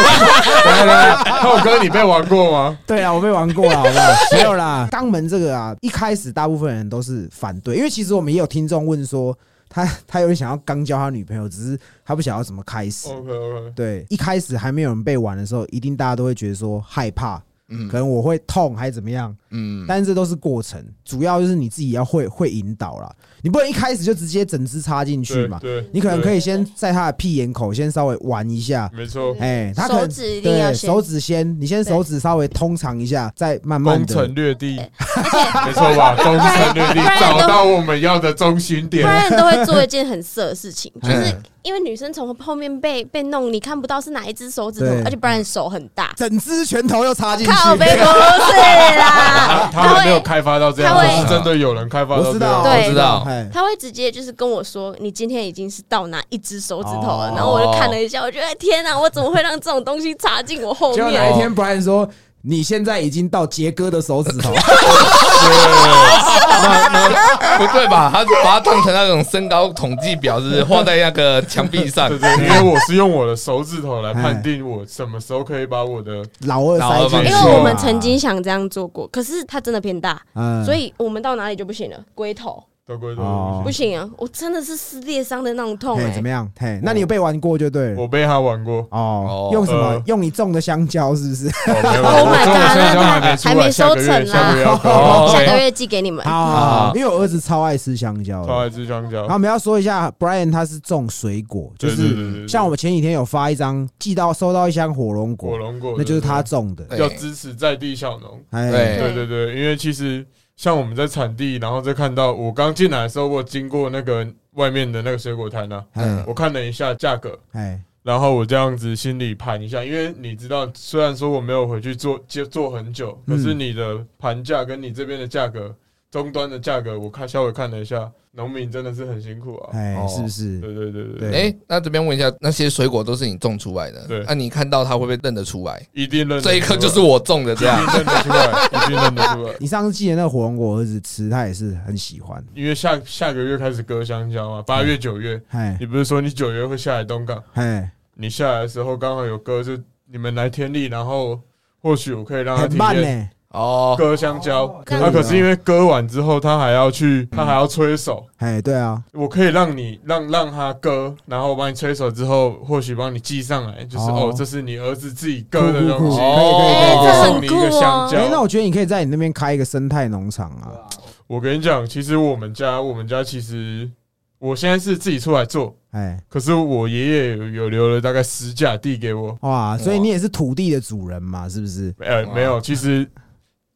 Speaker 4: 来来，浩哥，你被玩 过吗？
Speaker 2: 对啊，我被玩过了，好不好？ 没有啦，肛门这个啊，一开始大部分人都是反对，因为其实我们也有听众问说，他 他有点想要刚交他女朋友，只是他不想要怎么开
Speaker 3: 哦
Speaker 2: 始。
Speaker 4: OK OK，
Speaker 2: 对，一开始还没有人被玩的时候，一定大家都会觉得说害怕，可
Speaker 3: 嗯
Speaker 2: 能我会痛还怎么样，
Speaker 3: 嗯，
Speaker 2: 但是这都是过程，主要就是你自己要会会引导啦，你不能一开始就直接整只插进去
Speaker 4: 对
Speaker 2: 嘛，
Speaker 4: 对，
Speaker 2: 你可能可以
Speaker 4: 以，
Speaker 2: 先在他的屁眼口先稍微玩一下，
Speaker 4: 没错，
Speaker 2: 哎，他可能
Speaker 1: 手指一定要
Speaker 2: 对
Speaker 1: 先
Speaker 2: 手指先，你先手指稍微通常一下，再慢慢
Speaker 4: 攻
Speaker 2: 的
Speaker 4: 城。略地，没 错吧？攻城略地，找到我们要的中心
Speaker 1: 不
Speaker 4: 点。
Speaker 1: 然都会做一件很色的事情，就是
Speaker 2: 嗯
Speaker 1: 因为女生从后面被被弄，你看不到是哪一只手指头
Speaker 2: 对，
Speaker 1: 而且不然手很大，
Speaker 2: 整只拳头又插进去，
Speaker 1: 靠背不是啦，
Speaker 4: 他们没有
Speaker 1: 啊会
Speaker 4: 开发到这样，是真的有人开发
Speaker 2: 我
Speaker 4: 到
Speaker 2: 知
Speaker 4: 这
Speaker 2: 道，
Speaker 4: 样。
Speaker 1: 对
Speaker 2: 我知道，哎，
Speaker 1: 他会直接就是跟我说，你今天已经是到哪一只手指头了
Speaker 2: 哦，
Speaker 1: 然后我就看了一下，我觉得天哪，我怎么会让这种东西插进我后
Speaker 2: 结果哪一
Speaker 1: 面？
Speaker 2: 天 Brian 说。你现在已经到杰哥的手指 头，
Speaker 3: 不对吧？他把它当成那种身高统计表，是不是画在那个墙壁上
Speaker 4: 对。对，因为我是用我的手指头来判定我什么时候可以把我的
Speaker 2: 老二塞进去。
Speaker 1: 因
Speaker 3: 没
Speaker 1: 为
Speaker 3: 错啊
Speaker 1: 我们曾经想这样做过，可是它真的偏大，
Speaker 2: 嗯，
Speaker 1: 所以我们到哪里就不行了，龟头。
Speaker 4: 都归都
Speaker 2: 哦
Speaker 1: 不行啊，我真的是撕裂伤的那种痛哎、
Speaker 2: 嘿，怎么样？嘿，那你有被玩过就对了
Speaker 4: 我。被他玩过，
Speaker 2: 哦
Speaker 3: 哦，
Speaker 2: 用什么
Speaker 4: 呃？
Speaker 2: 用你种的香蕉是不 是？
Speaker 4: 哦没有
Speaker 1: Oh
Speaker 4: 我
Speaker 1: my
Speaker 4: 中了
Speaker 1: god，
Speaker 4: 香蕉还
Speaker 1: 那
Speaker 4: 没出
Speaker 1: 还
Speaker 4: 来，
Speaker 1: 没
Speaker 4: 下
Speaker 1: 收
Speaker 4: 个月
Speaker 1: 成啊
Speaker 4: 下个月要
Speaker 1: 啦
Speaker 4: 搞，
Speaker 2: 哦
Speaker 1: 下个月寄给你们。
Speaker 2: 啊，因为我儿子超爱吃香蕉的。
Speaker 4: 超爱吃香蕉
Speaker 2: 然后。我们要说一下，Brian 他是种水果，就
Speaker 4: 对对对对
Speaker 2: 是
Speaker 4: 对
Speaker 2: 像我们前几天有发一张寄到收到一箱火龙
Speaker 4: 火
Speaker 2: 果，
Speaker 4: 龙果，
Speaker 2: 那就是他种的。
Speaker 3: 对
Speaker 4: 要支持在地小农。
Speaker 2: 哎，
Speaker 3: 对
Speaker 4: 对对对，因为其实像我们在产地，然后再看到我刚进来的时候，我经过那个外面的那个水果摊啊，
Speaker 2: 哎
Speaker 3: 嗯
Speaker 4: 我看了一下价格，
Speaker 2: 哎，
Speaker 4: 然后我这样子心里盘一下，因为你知道，虽然说我没有回去做接做很久，可是
Speaker 2: 嗯
Speaker 4: 你的盘价跟你这边的价格，终端的价格，我看稍微看了一下，农民真的是很辛苦啊。
Speaker 2: 哎，
Speaker 3: 哦
Speaker 2: 是不是？
Speaker 4: 对对对对
Speaker 2: 对
Speaker 4: 对，
Speaker 3: 哎，那这边问一下，那些水果都是你种出来的？
Speaker 4: 对
Speaker 3: 那你看到它会不会认得出来？
Speaker 4: 一定认得出来
Speaker 3: 这一颗就是我种的，
Speaker 4: 一
Speaker 3: 这
Speaker 4: 定
Speaker 3: 样。
Speaker 4: 认得出来，一定认得出来。
Speaker 2: 你上次寄的那个火龙果，我儿子吃，他也是很喜欢。
Speaker 4: 因为下下个月开始割香蕉嘛，八月九月，
Speaker 2: 哎
Speaker 4: 你不是说你九月会下来东港？
Speaker 2: 哎，
Speaker 4: 你下来的时候刚好有割，就你们来天利，然后或许我可以让他
Speaker 2: 很
Speaker 4: 体
Speaker 2: 慢
Speaker 4: 验
Speaker 2: 呢。
Speaker 3: 哦，
Speaker 4: 割香蕉。
Speaker 1: 可以
Speaker 4: 那、可是因为割完之后，他还要去，
Speaker 2: 嗯
Speaker 4: 他还要吹手。
Speaker 2: 哎，对啊，
Speaker 4: 我可以让你让让他割，然后我帮你吹手之后，或许帮你寄上来，就是
Speaker 2: 哦
Speaker 4: 哦这是你儿子自己割的东
Speaker 2: 酷酷
Speaker 4: 西，
Speaker 2: 酷哎
Speaker 4: 我
Speaker 2: 这
Speaker 1: 很
Speaker 4: 送你一个
Speaker 1: 酷哦
Speaker 4: 香蕉。
Speaker 2: 哎，那我觉得你可以在你那边开一个生态农场啊。
Speaker 4: 我跟你讲，其实我们家我们家其实我现在是自己出来做，
Speaker 2: 哎，
Speaker 4: 可是我爷爷有有留了大概十架地给我，
Speaker 2: 哇，所以你也是土地的主人嘛，是不是？
Speaker 4: 呃，
Speaker 3: 哇
Speaker 4: 没有，其实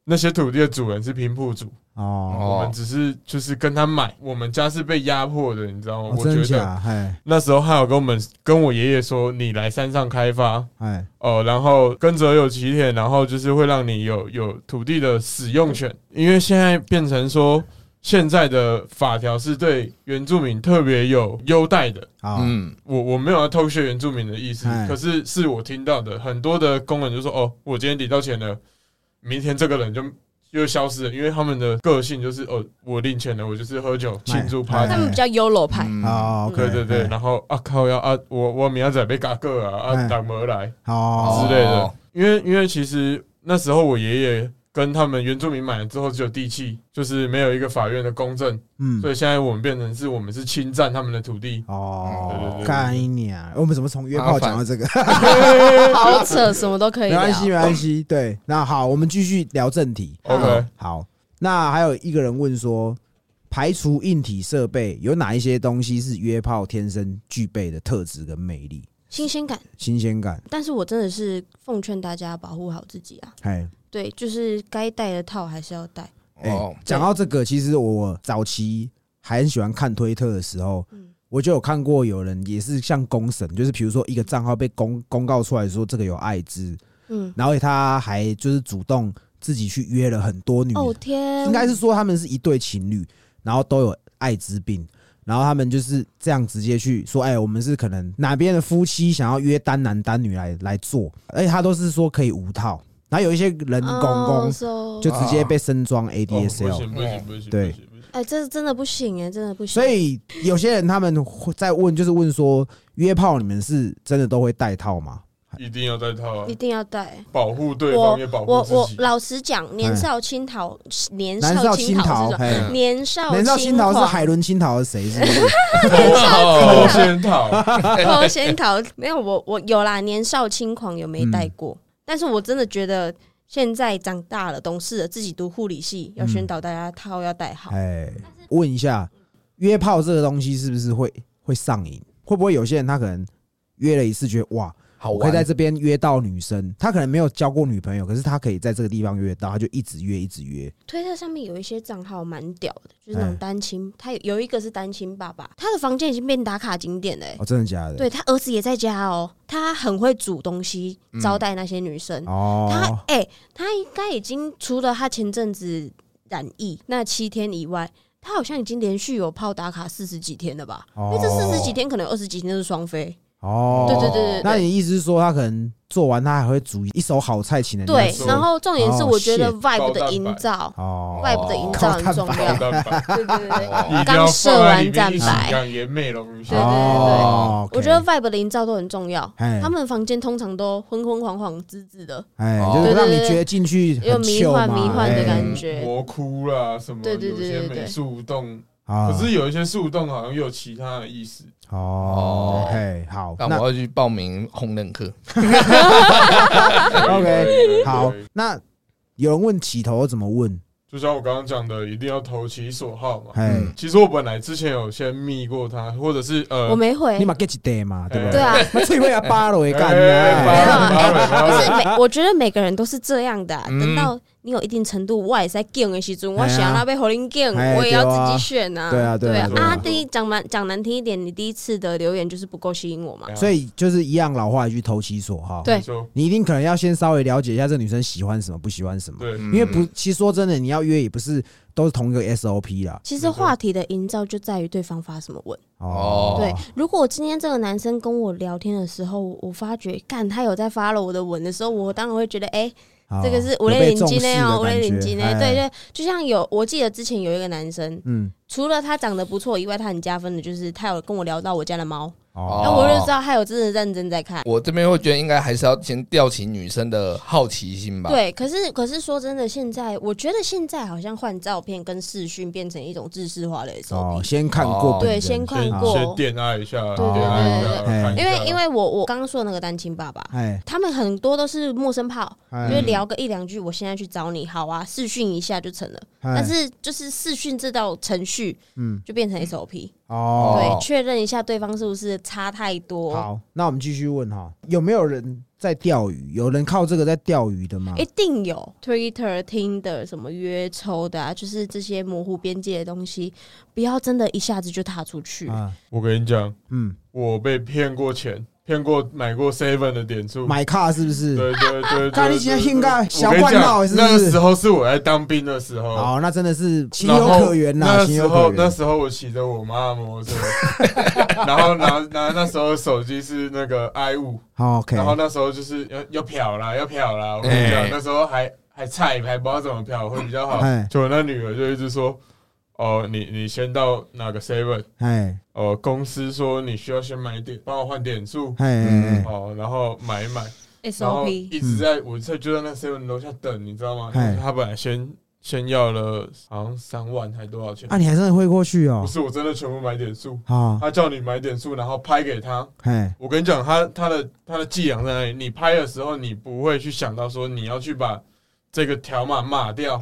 Speaker 4: 那些土地的主人是平埔族，
Speaker 2: 哦，
Speaker 4: 我
Speaker 3: 哦
Speaker 4: 们只是就是跟他买，我们家是被压迫的，你知道吗
Speaker 2: 哦？
Speaker 4: 我
Speaker 2: 真的
Speaker 4: 觉得
Speaker 2: 假？哎
Speaker 4: 那时候还有跟我们跟我爷爷说，你来山上开发。
Speaker 2: 哎，
Speaker 4: 哦，然后跟着有起点，然后就是会让你有有土地的使用权，因为现在变成说现在的法条是对原住民特别有优待的，
Speaker 2: 好，
Speaker 3: 嗯，
Speaker 4: 我我没有要偷学原住民的意思
Speaker 2: 哎，
Speaker 4: 可是是我听到的，很多的工人就说：“哦，我今天领到钱了，明天这个人就就消失了，因为他们的个性就是哦，我领钱了，我就是喝酒庆祝
Speaker 2: 哎
Speaker 1: 他
Speaker 4: party。
Speaker 1: 们比较 YOLO 派，
Speaker 3: 嗯
Speaker 2: 好，
Speaker 4: 对对对，，然后啊靠要啊，我我明仔被嘎个啊
Speaker 2: 哎
Speaker 4: 啊，打没来
Speaker 2: 哦
Speaker 4: 之类的
Speaker 3: 哦。
Speaker 4: 因为因为其实那时候我爷爷跟他们原住民买了之后只有地契，就是没有一个法院的公证，
Speaker 2: 嗯
Speaker 4: 所以现在我们变成是我们是侵占他们的土地。对
Speaker 2: 哦
Speaker 4: 对，对
Speaker 2: 干你啊！我们怎么从约炮讲到这个？
Speaker 1: 好扯，什么都可以
Speaker 2: 嗯没
Speaker 1: 聊。
Speaker 2: 关系，没
Speaker 4: 啊
Speaker 2: 关系。对，那好，我们继续聊正题。
Speaker 4: OK，
Speaker 2: 好，那还有一个人问说，排除硬体设备，有哪一些东西是约炮天生具备的特质跟魅力、
Speaker 1: 新鲜感。
Speaker 2: 新鲜感？
Speaker 1: 但是我真的是奉劝大家保护好自己啊，
Speaker 2: 哎，
Speaker 1: 对，就是该戴的套还是要戴。
Speaker 2: 哎
Speaker 3: 哦，，
Speaker 2: 讲到这个，其实我早期还很喜欢看推特的时候
Speaker 1: 嗯，
Speaker 2: 我就有看过有人也是像公审，就是比如说一个账号被公公告出来说这个有艾滋，
Speaker 1: 嗯，
Speaker 2: 然后他还就是主动自己去约了很多女
Speaker 1: 哦天，
Speaker 2: 应该是说他们是一对情侣，然后都有艾滋病，然后他们就是这样直接去说，哎，我们是可能哪边的夫妻想要约单男单女来来做，而且他都是说可以无套，然后有一些人
Speaker 1: 哦
Speaker 2: 公公
Speaker 1: 公
Speaker 2: 就直接被升装
Speaker 4: 哦不
Speaker 2: ADSL，
Speaker 4: 行不行不行，
Speaker 2: 对
Speaker 4: 不行，不行
Speaker 1: 哎，这真的不行哎，真的不行。
Speaker 2: 所以有些人他们会在问，就是问说约炮你们是真的都会戴套吗？
Speaker 4: 一定要戴套啊
Speaker 1: 一，定要戴。
Speaker 4: 保护对
Speaker 1: 我
Speaker 4: 方也保护
Speaker 1: 我我
Speaker 4: 自己。
Speaker 1: 老实讲，年少轻桃，年
Speaker 2: 男哎少
Speaker 1: 轻
Speaker 2: 青桃，
Speaker 1: 是吧？
Speaker 2: 嘿，
Speaker 1: 年少
Speaker 2: 男少青桃是
Speaker 1: 狂
Speaker 2: 海伦青桃是谁？是不是？
Speaker 4: 头哦先套，
Speaker 1: 偷仙桃没有我我有啦，年少轻狂有没带
Speaker 2: 嗯
Speaker 1: 过？但是我真的觉得现在长大了，懂事了，自己读护理系，要宣导大家套要戴好。
Speaker 2: 嗯哎，问一下，约炮这个东西是不是会会上瘾？会不会有些人他可能约了一次，觉得哇，
Speaker 3: 好
Speaker 2: 我可以在
Speaker 3: 玩，
Speaker 2: 这边约到女生，他可能没有交过女朋友，可是他可以在这个地方约到，他就一直约，一直约。
Speaker 1: 推特上面有一些账号蛮屌的，就是那
Speaker 2: 哎
Speaker 1: 种单亲，他有有一个是单亲爸爸，他的房间已经变打卡景点了欸、
Speaker 2: 哦，真的假的？
Speaker 1: 对他儿子也在家哦，他很会煮东西
Speaker 3: 嗯
Speaker 1: 招待那些女生。他
Speaker 2: 哦，
Speaker 1: 哎、他应该已经除了他前阵子染疫那七天以外，他好像已经连续有泡打卡四十几天了吧？因为这四十几天可能有二十几天都是双飞，
Speaker 2: 哦，
Speaker 1: 对对对对
Speaker 2: 那
Speaker 1: 对。
Speaker 2: 你意思是说，他可能做完，他还会煮一手好菜请人家
Speaker 1: 对
Speaker 2: 吃，
Speaker 1: 然后重点是
Speaker 2: 哦
Speaker 1: 我觉得
Speaker 2: shit
Speaker 1: vibe
Speaker 4: 高蛋
Speaker 1: 的
Speaker 4: 白
Speaker 1: 营造
Speaker 2: 哦，
Speaker 1: ，vibe 的营造很重
Speaker 2: 高
Speaker 1: 要。
Speaker 4: 蛋白
Speaker 1: 对对对对，
Speaker 4: 一定要
Speaker 1: 刚射
Speaker 4: 放在里
Speaker 1: 完
Speaker 4: 面
Speaker 1: 蛋
Speaker 4: 一起
Speaker 1: 白，
Speaker 4: 养颜美容
Speaker 1: 对
Speaker 4: 一
Speaker 1: 对
Speaker 4: 下。
Speaker 2: 哦
Speaker 1: 对
Speaker 2: ，OK
Speaker 1: 我觉得 vibe 的营造都很重要。
Speaker 2: 哎
Speaker 1: 他们房间通常都昏昏黄黄、滋滋的，
Speaker 2: 哎，
Speaker 3: 哦
Speaker 2: 就是让你
Speaker 1: 对对对
Speaker 2: 觉得进去
Speaker 1: 有
Speaker 2: 很
Speaker 1: 迷
Speaker 2: chill
Speaker 1: 幻
Speaker 2: 嘛
Speaker 1: 迷幻的
Speaker 2: 哎
Speaker 1: 感觉。
Speaker 4: 魔窟啦，什么
Speaker 1: 对对
Speaker 4: 有
Speaker 1: 对
Speaker 4: 些
Speaker 1: 对
Speaker 4: 美
Speaker 1: 对
Speaker 4: 术洞，
Speaker 2: 啊
Speaker 4: 可是有一些树洞好像又有其他的意思。
Speaker 2: 哦
Speaker 3: 哦，
Speaker 2: 嘿，好，
Speaker 3: 那我要去报名红人课。
Speaker 4: 啊
Speaker 2: OK，好
Speaker 4: 对，
Speaker 2: 那有人问起头怎么问？
Speaker 4: 就像我刚刚讲的，一定要投其所好嘛。
Speaker 2: 哎，
Speaker 3: 嗯
Speaker 4: 其实我本来之前有先密过他，或者是呃，
Speaker 1: 我没回
Speaker 2: 你，嘛 get 一 day 嘛，对不
Speaker 1: 嗯对
Speaker 2: 对？
Speaker 1: 啊，
Speaker 2: 那这位要扒哎了也干
Speaker 4: 哎
Speaker 2: 的，
Speaker 1: 啊
Speaker 4: 八百八
Speaker 1: 不
Speaker 4: 百
Speaker 1: 是每，我觉得每个人都是这样的啊、
Speaker 3: 嗯
Speaker 1: 等到你有一定程度，我也在 g 的时阵，
Speaker 2: 哎
Speaker 1: 我
Speaker 2: 呀
Speaker 1: 想要被 h o l i n g
Speaker 2: 哎
Speaker 1: 我也要自己选呐、
Speaker 2: 对啊对啊
Speaker 1: 对
Speaker 4: 对啊
Speaker 1: 啊，第一讲难讲难听一点，你第一次的留言就是不够吸引我嘛。
Speaker 2: 所以就是一样老话一句，投其所好。
Speaker 1: 对
Speaker 4: 就
Speaker 2: 你一定可能要先稍微了解一下这女生喜欢什么，不喜欢什么。
Speaker 4: 对，
Speaker 3: 因
Speaker 2: 因为不，其实说真的，你要约也不是都是同一个 SOP 啦。
Speaker 1: 其实话题的营造就在于对方发什么问。
Speaker 2: 哦，
Speaker 1: 对，如果今天这个男生跟我聊天的时候，我发觉干他有在发了我的文的时候，我当然会觉得，哎、
Speaker 2: 哦
Speaker 1: 这个是
Speaker 2: 有
Speaker 1: 我
Speaker 2: 被
Speaker 1: 的领
Speaker 2: 重视
Speaker 1: 巾
Speaker 2: 的
Speaker 1: 呢哦，我的
Speaker 2: 感觉
Speaker 1: 领巾呢
Speaker 2: 哎，
Speaker 1: 对对，就像有我记得之前有一个男生，
Speaker 2: 嗯，
Speaker 1: 除了他长得不错以外，他很加分的就是他有跟我聊到我家的猫，
Speaker 2: 哦
Speaker 1: 那、我就知道他有真的认真在看。
Speaker 3: 我这边会觉得应该还是要先吊起女生的好奇心吧。，
Speaker 1: 对，可是可是说真的，现在我觉得现在好像换照片跟视讯变成一种制式化的 SOP，、
Speaker 2: 哦，先看过
Speaker 3: 哦
Speaker 2: 本
Speaker 1: 对，
Speaker 2: 人，
Speaker 1: 先看
Speaker 4: 先
Speaker 1: 过，
Speaker 4: 先电爱一下，
Speaker 1: 对
Speaker 4: 电爱一下
Speaker 2: 对对对
Speaker 4: 看一下，
Speaker 1: 因为因为我我刚刚说的那个单亲爸爸，
Speaker 2: 哎，
Speaker 1: 他们很多都是陌生炮，
Speaker 2: 哎
Speaker 1: 就是聊个一两句，我现在去找你，好啊，视讯一下就成了。
Speaker 2: 哎
Speaker 1: 但是就是视讯这道程序
Speaker 2: 嗯，
Speaker 1: 就变成 SOP，、
Speaker 2: 哦，
Speaker 1: 对，确认一下对方是不是差太多。
Speaker 2: 好，那我们继续问哈，有没有人在钓鱼？有人靠这个在钓鱼的吗？
Speaker 1: 一定有 Twitter、Tinder 什么约抽的啊，就是这些模糊边界的东西，不要真的一下子就踏出去。
Speaker 2: 啊，
Speaker 4: 我跟你讲，
Speaker 2: 嗯，
Speaker 4: 我被骗过钱，骗过买过 seven 的点数，
Speaker 2: 买卡是不是？
Speaker 4: 对对对，
Speaker 2: 看你
Speaker 4: 对
Speaker 2: 今天
Speaker 4: 对
Speaker 2: 兴干
Speaker 4: 对
Speaker 2: 小
Speaker 4: 我跟你
Speaker 2: 冠
Speaker 4: 讲
Speaker 2: 帽是不是
Speaker 4: 那个时候是我在当兵的时候，
Speaker 2: 哦，那真的是情
Speaker 4: 然
Speaker 2: 有
Speaker 4: 后
Speaker 2: 可原呐，
Speaker 4: 那
Speaker 2: 情
Speaker 4: 时
Speaker 2: 有
Speaker 4: 候
Speaker 2: 可
Speaker 4: 那
Speaker 2: 原。
Speaker 4: 时候我骑着我妈的摩托车， 然后拿拿那时候手机是那个 i 五，
Speaker 2: 好，OK，
Speaker 4: 然后那时候就是要要漂啦，要漂啦，我跟你讲，
Speaker 3: 哎
Speaker 4: 那时候还还菜还不知道怎么漂会比较好
Speaker 2: 哎。
Speaker 4: 就我那女儿就一直说，哦，你你先到哪个 seven，
Speaker 2: 哎
Speaker 4: 哦，公司说你需要先买点，帮我换点数
Speaker 2: 哎，哎
Speaker 4: 哦，然后买一买，然后
Speaker 6: SOP
Speaker 4: 一直在我在就在那 seven 楼下等，你知道吗？
Speaker 2: 哎
Speaker 4: 他本来先先要了好像三万还多少钱
Speaker 2: 哎，啊，，你还真的会过去哦
Speaker 4: 不，是我真的全部买点数，
Speaker 2: 啊，
Speaker 4: 他叫你买点数，然后拍给他。
Speaker 2: 哎
Speaker 4: 我跟你讲，他他的他的伎俩在那里。你拍的时候，你不会去想到说你要去把这个条码码掉，
Speaker 2: 哦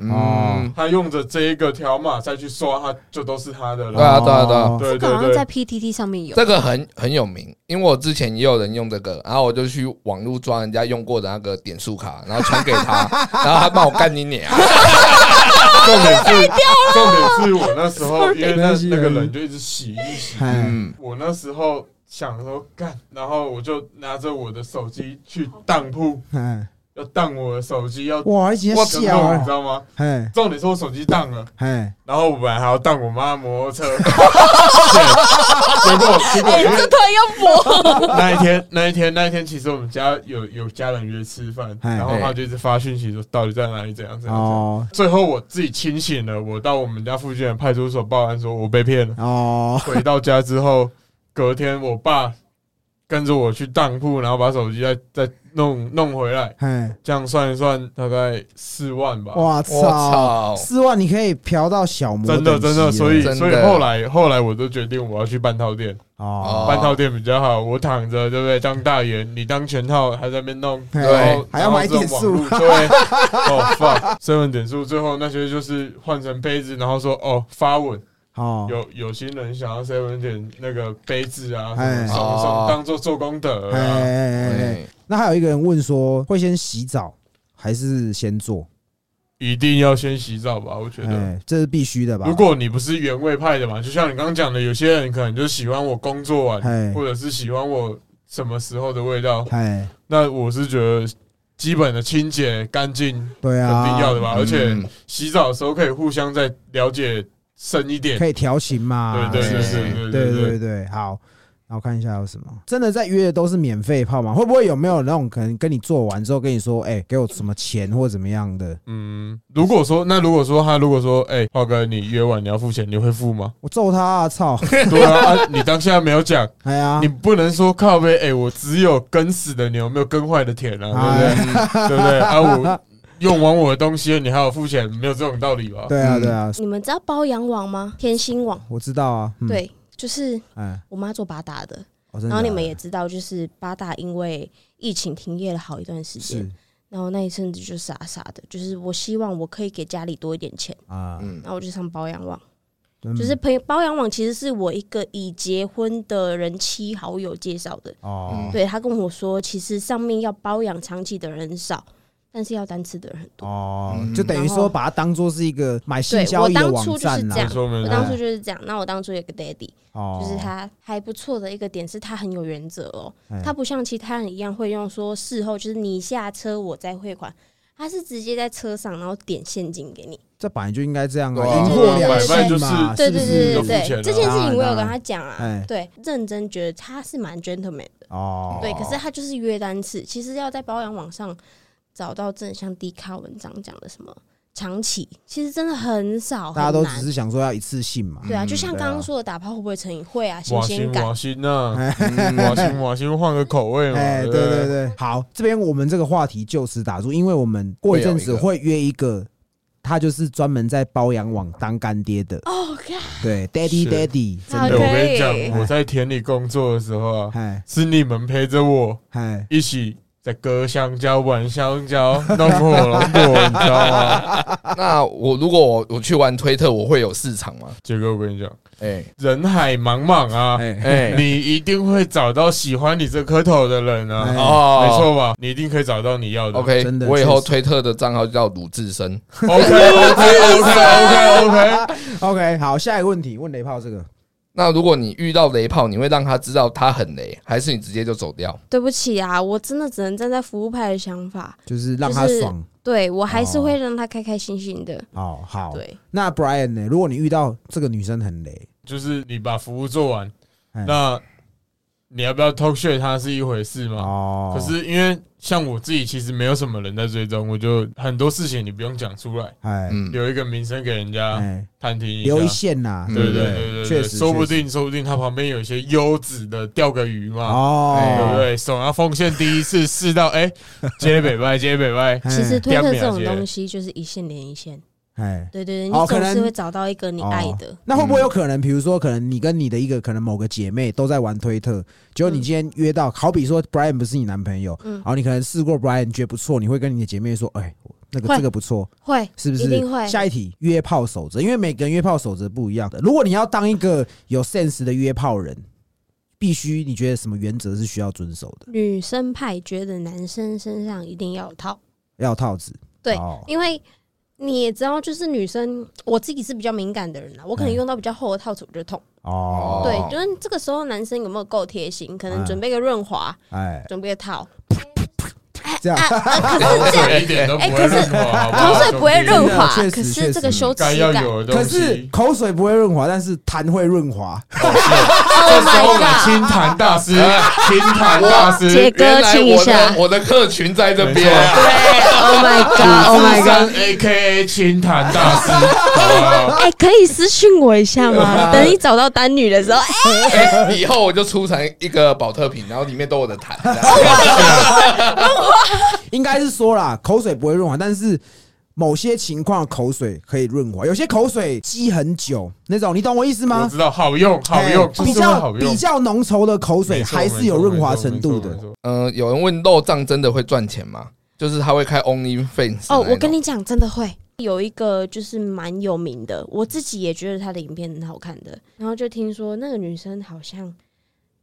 Speaker 3: 嗯，
Speaker 4: 他用着这一个条码再去刷，他就都是他的
Speaker 3: 对啊
Speaker 4: 了。
Speaker 3: 对啊对啊
Speaker 2: 哦
Speaker 4: 对
Speaker 6: 这个
Speaker 4: 对
Speaker 6: 好像在
Speaker 4: 对，
Speaker 6: PTT 上面有，
Speaker 3: 这个很很有名，因为我之前也有人用这个，然后我就去网络抓人家用过的那个点数卡，然后传给他，然后他帮我干你脸啊，
Speaker 4: 重点是重点是我那时候因为
Speaker 2: 没
Speaker 4: 那
Speaker 2: 关系
Speaker 4: 那个
Speaker 2: 没关
Speaker 4: 人
Speaker 2: 系
Speaker 4: 就一直洗一洗，
Speaker 2: 哎
Speaker 3: 嗯，
Speaker 4: 我那时候想说干，然后我就拿着我的手机去当铺，
Speaker 2: 哎，
Speaker 4: 要当我的手机要
Speaker 2: 哇，一起
Speaker 4: 要
Speaker 2: 笑
Speaker 4: 弄，你知
Speaker 2: 啊，
Speaker 4: 道吗？
Speaker 2: 哎
Speaker 4: 重点是我手机当了。
Speaker 2: 哎，
Speaker 4: 然后我本来还要当我妈摩托 车，结果结
Speaker 1: 哎
Speaker 4: 果因为
Speaker 6: 突然要播，
Speaker 4: 那一天那一天那一天，其实我们家有有家人约吃饭，
Speaker 2: 哎
Speaker 4: 然后他就一直发讯息说到底在哪里怎样怎样。怎样
Speaker 2: 哦
Speaker 4: 最后我自己清醒了，我到我们家附近的派出所报案，说我被骗了。
Speaker 2: 哦，
Speaker 4: 回到家之后，隔天我爸跟着我去当铺，然后把手机再再弄弄回来，
Speaker 2: 哎，
Speaker 4: 这样算一算大概四万吧。
Speaker 2: 哇
Speaker 3: 我
Speaker 2: 操，
Speaker 3: 操，
Speaker 2: 四万你可以嫖到小魔等
Speaker 4: 真
Speaker 2: 级了，
Speaker 4: 的真的，所以
Speaker 3: 真的
Speaker 4: 所以后来后来我都决定我要去半套店，
Speaker 2: 哦，
Speaker 4: 半套店比较好，我躺着对不对？当大员，你当全套还在那边弄，
Speaker 2: 对
Speaker 4: 然后
Speaker 2: 还要买点数
Speaker 4: 然后这种网路对， 哦 fuck，身份点数，最后那些就是换成杯子，然后说哦发文，
Speaker 2: 哦，
Speaker 4: 有有心人想要 seven 点那个杯子啊，什
Speaker 2: 哎
Speaker 4: 么送
Speaker 3: 哦
Speaker 4: 送当做做功德
Speaker 2: 哎
Speaker 4: 啊，
Speaker 2: 哎哎哎，
Speaker 3: 对，
Speaker 2: 那还有一个人问说，会先洗澡还是先做？
Speaker 4: 一定要先洗澡吧，我觉得。
Speaker 2: 哎，这是必须的吧？
Speaker 4: 如果你不是原味派的嘛，就像你刚刚讲的，有些人可能就喜欢我工作完，
Speaker 2: 哎
Speaker 4: 或者是喜欢我什么时候的味道，
Speaker 2: 哎，
Speaker 4: 那我是觉得基本的清洁干净
Speaker 2: 对
Speaker 4: 肯
Speaker 2: 啊，
Speaker 4: 定要的吧，
Speaker 3: 嗯
Speaker 4: 而且洗澡的时候可以互相再了解深一点
Speaker 2: 可。以调情嘛？
Speaker 4: 对对
Speaker 2: 是不
Speaker 4: 对
Speaker 2: 是
Speaker 4: 对
Speaker 2: 对
Speaker 4: 对
Speaker 2: 对对
Speaker 4: 对，
Speaker 2: 对，好，那我看一下有什么。真的在约的都是免费泡吗？会不会有没有那种可能跟你做完之后跟你说，哎、给我什么钱或怎么样的？？
Speaker 4: 嗯，如果说那如果说他如果说，哎，浩哥，你约完你要付钱，你会付吗
Speaker 2: 我揍他啊！操！
Speaker 4: 对啊，啊你当下没有讲，
Speaker 2: 哎呀
Speaker 4: 你，不能说靠呗，哎，我只有耕死的牛，没有耕坏的田啊，对不对？对不对？啊，我用完我的东西，你还要付钱，没有这种道理吧？
Speaker 2: 对啊
Speaker 3: 嗯
Speaker 2: 对啊，
Speaker 1: 你们知道包养网吗？天星网，
Speaker 2: 我知道啊。嗯，
Speaker 1: 对，就是
Speaker 2: 哎，
Speaker 1: 我妈做八大的，
Speaker 2: 我真
Speaker 1: 然
Speaker 2: 的
Speaker 1: 后你们
Speaker 2: 假
Speaker 1: 也知道，就是八大因为疫情停业了好一段时
Speaker 2: 的
Speaker 1: 间
Speaker 2: 是，
Speaker 1: 然后那一阵子就傻傻的，就是我希望我可以给家里多一点钱，
Speaker 2: 啊，
Speaker 3: 嗯
Speaker 1: 然后我就上包养网，
Speaker 2: 嗯
Speaker 1: 就是朋友包养网其实是我一个已结婚的人妻好友介绍的，
Speaker 2: 哦
Speaker 1: 对他跟我说，其实上面要包养长期的人很少，但是要单次的人很多。
Speaker 2: 哦，
Speaker 3: 嗯
Speaker 2: 就等
Speaker 1: 然
Speaker 2: 于
Speaker 1: 后
Speaker 2: 说把它当做是一个买性
Speaker 1: 对
Speaker 2: 交
Speaker 1: 我
Speaker 2: 易的
Speaker 1: 当
Speaker 2: 网
Speaker 1: 初就是
Speaker 2: 站
Speaker 1: 这
Speaker 2: 啦
Speaker 1: 样
Speaker 4: 没。错没
Speaker 1: 我
Speaker 4: 错
Speaker 1: 当，初就是这样，那我当初有个 daddy，
Speaker 2: 哦，
Speaker 1: 就是他还不错的一个点是他很有原则哦，
Speaker 2: 哎
Speaker 1: 他不像其他人一样会用说事后就是你下车我再汇款，他是直接在车上然后点现金给你。
Speaker 2: 这本来就应该这样
Speaker 3: 对
Speaker 2: 啊，
Speaker 3: 啊
Speaker 2: 赢货
Speaker 1: 对
Speaker 2: 两
Speaker 1: 对
Speaker 2: 性
Speaker 4: 对
Speaker 2: 嘛，
Speaker 1: 对
Speaker 2: 是不
Speaker 1: 对
Speaker 2: 是
Speaker 1: 对对
Speaker 4: 有付
Speaker 1: 对
Speaker 4: 钱，啊
Speaker 1: 这件事情我有
Speaker 2: 当然
Speaker 1: 跟他讲啊
Speaker 2: 哎，
Speaker 1: 对，认真觉得他是蛮 gentleman 的，
Speaker 2: 哦，
Speaker 1: 对，可是他就是约单次，其实要在保养网上找到正像 D 卡文章讲的什么长期，其实真的很少，
Speaker 2: 大家都
Speaker 1: 很难
Speaker 2: 只是想说要一次性嘛，
Speaker 1: 对啊，就像
Speaker 2: 对啊
Speaker 1: 刚刚说的打炮会不会成瘾，会啊，新
Speaker 4: 瓦
Speaker 1: 鲜
Speaker 4: 辛
Speaker 1: 感
Speaker 4: 瓦辛呐，
Speaker 3: 嗯
Speaker 4: 瓦辛瓦辛换个口味嘛，
Speaker 2: 哎，对
Speaker 4: 不
Speaker 2: 对对，好，这边我们这个话题就此打住，因为我们过一阵子会约一个，他就是专门在包养网当干爹的，
Speaker 1: 哦，看
Speaker 2: 对，Daddy
Speaker 4: 是
Speaker 2: Daddy，真
Speaker 4: 对，
Speaker 2: 的，
Speaker 4: 我跟你
Speaker 6: 可以
Speaker 4: 讲，我在田里工作的时候啊，
Speaker 2: 嗨
Speaker 4: 是你们陪着我
Speaker 2: 嗨，
Speaker 4: 一起在割香蕉、玩香蕉、弄火龙果，你知道吗？
Speaker 3: 嗯那我如果我我去玩推特，我会有市场吗？
Speaker 4: 结果我跟你讲，
Speaker 3: 哎
Speaker 4: 人海茫茫啊，
Speaker 2: 哎
Speaker 3: 哎，
Speaker 4: 你一定会找到喜欢你这颗头的人啊，
Speaker 2: 哎
Speaker 3: 哦，
Speaker 4: 没错吧？你一定可以找到你要的。
Speaker 3: OK，
Speaker 2: 真的
Speaker 3: 我以后
Speaker 2: 确实
Speaker 3: 推特的账号叫鲁智深。
Speaker 4: OK OK OK OK OK，
Speaker 2: ，OK，好，下一个问题，问雷炮这个，
Speaker 3: 那如果你遇到雷炮，你会让他知道他很雷，还是你直接就走掉？
Speaker 1: 对不起啊，我真的只能站在服务派的想法，
Speaker 2: 就是让他
Speaker 1: 就是
Speaker 2: 爽，
Speaker 1: 对我还是会让他开开心心的。
Speaker 2: 哦，好，
Speaker 1: 对，
Speaker 2: 那 Brian 呢？如果你遇到这个女生很雷，
Speaker 4: 就是你把服务做完
Speaker 2: 哎，
Speaker 4: 那你要不要 talk shit 它是一回事嘛。
Speaker 2: 哦，
Speaker 4: 啊可是因为像我自己，其实没有什么人在追踪，我就很多事情你不用讲出来，
Speaker 2: 哎
Speaker 3: 嗯，
Speaker 4: 留一个名声给人家
Speaker 2: 哎，
Speaker 4: 探听一下。
Speaker 2: 留一线呐，
Speaker 3: 嗯
Speaker 4: 对
Speaker 2: 不
Speaker 4: 对对对，
Speaker 2: 确
Speaker 4: 对
Speaker 2: 实，
Speaker 4: 说不
Speaker 2: 确实
Speaker 4: 定说不定他旁边有一些优质的钓个鱼嘛，哎对不
Speaker 2: 哦，
Speaker 4: 对？手拿风线第一次试到，哎， 接北拜接北拜，
Speaker 2: 哎
Speaker 1: 其实推特这种东西就是一线连一线，
Speaker 2: 哎。
Speaker 1: 对对对，
Speaker 2: 哦
Speaker 1: 你
Speaker 2: 可
Speaker 1: 总
Speaker 2: 能
Speaker 1: 是会找到一个你爱
Speaker 2: 哦
Speaker 1: 的。
Speaker 2: 那会不会
Speaker 4: 嗯
Speaker 2: 有可能？比如说，可能你跟你的一个可能某个姐妹都在玩推特，结果你
Speaker 1: 嗯
Speaker 2: 今天约到，好比说 Brian 不是你男朋友，
Speaker 1: 嗯
Speaker 2: 然后你可能试过 Brian，觉得不错，你会跟你的姐妹说，哎，我那个
Speaker 1: 会
Speaker 2: 这个不错，
Speaker 1: 会，
Speaker 2: 是不是？
Speaker 1: 一定会
Speaker 2: 下一题，约炮守则，因为每个人约炮守则不一样的。如果你要当一个有 sense 的约炮人，必须你觉得什么原则是需要遵守的？
Speaker 1: 女生派觉得男生身上一定要有套，
Speaker 2: 要套子。
Speaker 1: 对
Speaker 2: 哦
Speaker 1: 因为你也知道，就是女生，我自己是比较敏感的人啦，我可能用到比较厚的套子我就痛。
Speaker 2: 嗯哦，嗯
Speaker 1: 对，就是这个时候男生有没有够贴心？可能准备个润滑，
Speaker 2: 哎，
Speaker 1: 准备个 套，
Speaker 2: 这
Speaker 1: 啊
Speaker 2: 样
Speaker 4: 口水一点都不会润滑，好不好
Speaker 1: 口水不会润 滑
Speaker 2: 哎真的
Speaker 1: 可
Speaker 2: 确，实
Speaker 1: 是这个羞耻
Speaker 4: 该要
Speaker 1: 感
Speaker 4: 有啊的
Speaker 2: 可
Speaker 4: 东
Speaker 2: 是
Speaker 4: 西。
Speaker 2: 口水不会润滑，但是痰会润滑。
Speaker 4: 这
Speaker 1: ，Oh
Speaker 4: 时候我们
Speaker 1: my
Speaker 4: 清
Speaker 1: god！
Speaker 4: 谈大师，清谈大
Speaker 6: 杰
Speaker 4: 师，
Speaker 3: 原
Speaker 6: 哥
Speaker 3: 来
Speaker 6: 亲一
Speaker 3: 我的
Speaker 6: 下
Speaker 3: 我的客群在这边啊
Speaker 4: 没，错
Speaker 6: ，Oh my god，Oh my god。
Speaker 4: 三 A K A 清谈大师，好不好
Speaker 1: 哎、可以私信我一下 吗？等你找到单女的时候，哎、
Speaker 3: 哎 以后我就出成一个保特瓶，然后里面都我的痰。这样
Speaker 2: 应该是说啦，口水不会润滑，但是某些情况口水可以润滑，有些口水积很久那种，你懂我意思
Speaker 4: 我
Speaker 2: 吗？
Speaker 4: 知道，好用，好
Speaker 2: 哎
Speaker 4: 用，
Speaker 2: 比
Speaker 4: 就是会
Speaker 2: 较
Speaker 4: 好用
Speaker 2: 比。较浓稠的口水
Speaker 4: 没错
Speaker 2: 还是有润滑程度。
Speaker 4: 没
Speaker 2: 的
Speaker 4: 错没错没。错
Speaker 3: 嗯、有人问肉账真的会赚钱吗？就是他会开 Only Fans
Speaker 1: 哦，我跟
Speaker 3: 你
Speaker 1: 你讲，真的会有一个就是蛮有名的，我自己也觉得她的影片很好看的。然后就听说那个女生好像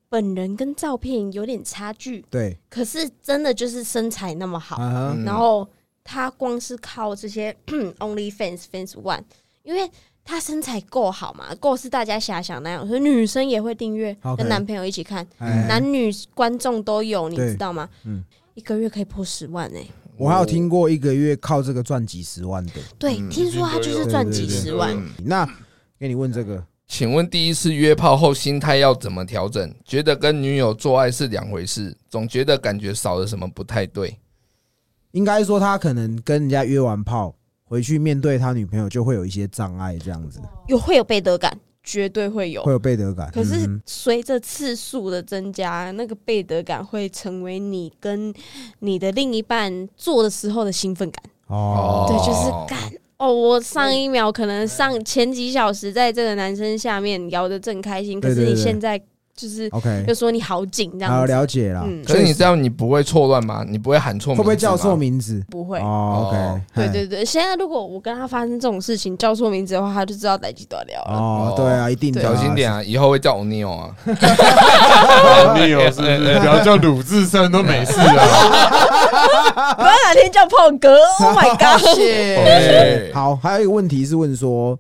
Speaker 1: 本人跟照片有点差距，
Speaker 2: 对，
Speaker 1: 可是真的就是身材那么好，
Speaker 2: 啊哈
Speaker 3: 嗯
Speaker 1: 然后她光是靠这些 Only Fans Fans One，因为。她身材够好嘛？够是大家遐想那样，所以女生也会订阅
Speaker 2: OK
Speaker 1: 跟男朋友一起看。
Speaker 2: 哎
Speaker 1: 男女观众都有，你
Speaker 2: 对
Speaker 1: 知道吗？
Speaker 2: 嗯
Speaker 1: 一个月可以破十万哎、
Speaker 2: 我还有听过一个月靠这个赚几十万的。
Speaker 1: 对，
Speaker 3: 嗯
Speaker 1: 听说他就是赚几十万
Speaker 4: 对对。
Speaker 2: 那给你问这个，
Speaker 3: 请问第一次约炮后心态要怎么调整？觉得跟女友做爱是两回事，总觉得感觉少了什么不太对。
Speaker 2: 应该说他可能跟人家约完炮回去面对他女朋友就会有一些障碍，这样子
Speaker 1: 有会有被得感，绝对会有
Speaker 2: 会。有背德感。
Speaker 1: 哦可是
Speaker 2: 嗯
Speaker 1: 随着次数的增加，那个被得感会成为你跟你的另一半做的时候的兴奋感。
Speaker 2: 哦，
Speaker 1: 对，就是干哦，我上一秒可能上前几小时在这个男生下面聊得正开心，可
Speaker 2: 对
Speaker 1: 是
Speaker 2: 对
Speaker 1: 你
Speaker 2: 对
Speaker 1: 现在就是
Speaker 2: ，OK，
Speaker 1: 又说你好紧这
Speaker 2: 好
Speaker 1: 样子，
Speaker 2: 了解啦。
Speaker 1: 嗯
Speaker 3: 可是你这样你不会错乱吗？你不会喊错名
Speaker 2: 会不
Speaker 3: 字吗？
Speaker 2: 会叫错名字？
Speaker 1: 不会。
Speaker 2: 哦
Speaker 3: 哦
Speaker 2: ，OK，
Speaker 1: 对
Speaker 2: 嘿
Speaker 1: 对对，现在如果我跟他发生这种事情，叫错名字的话，他就知道哪几段聊了。
Speaker 2: 哦，对啊，一定的啊
Speaker 3: 小心点啊，以后会叫 o n e o 啊。
Speaker 4: 好你有是不是？不要叫鲁智深都没事啊。
Speaker 1: 不要哪天叫炮哥，Oh my god！
Speaker 3: 哦
Speaker 2: 对 好，还有一个问题是问说，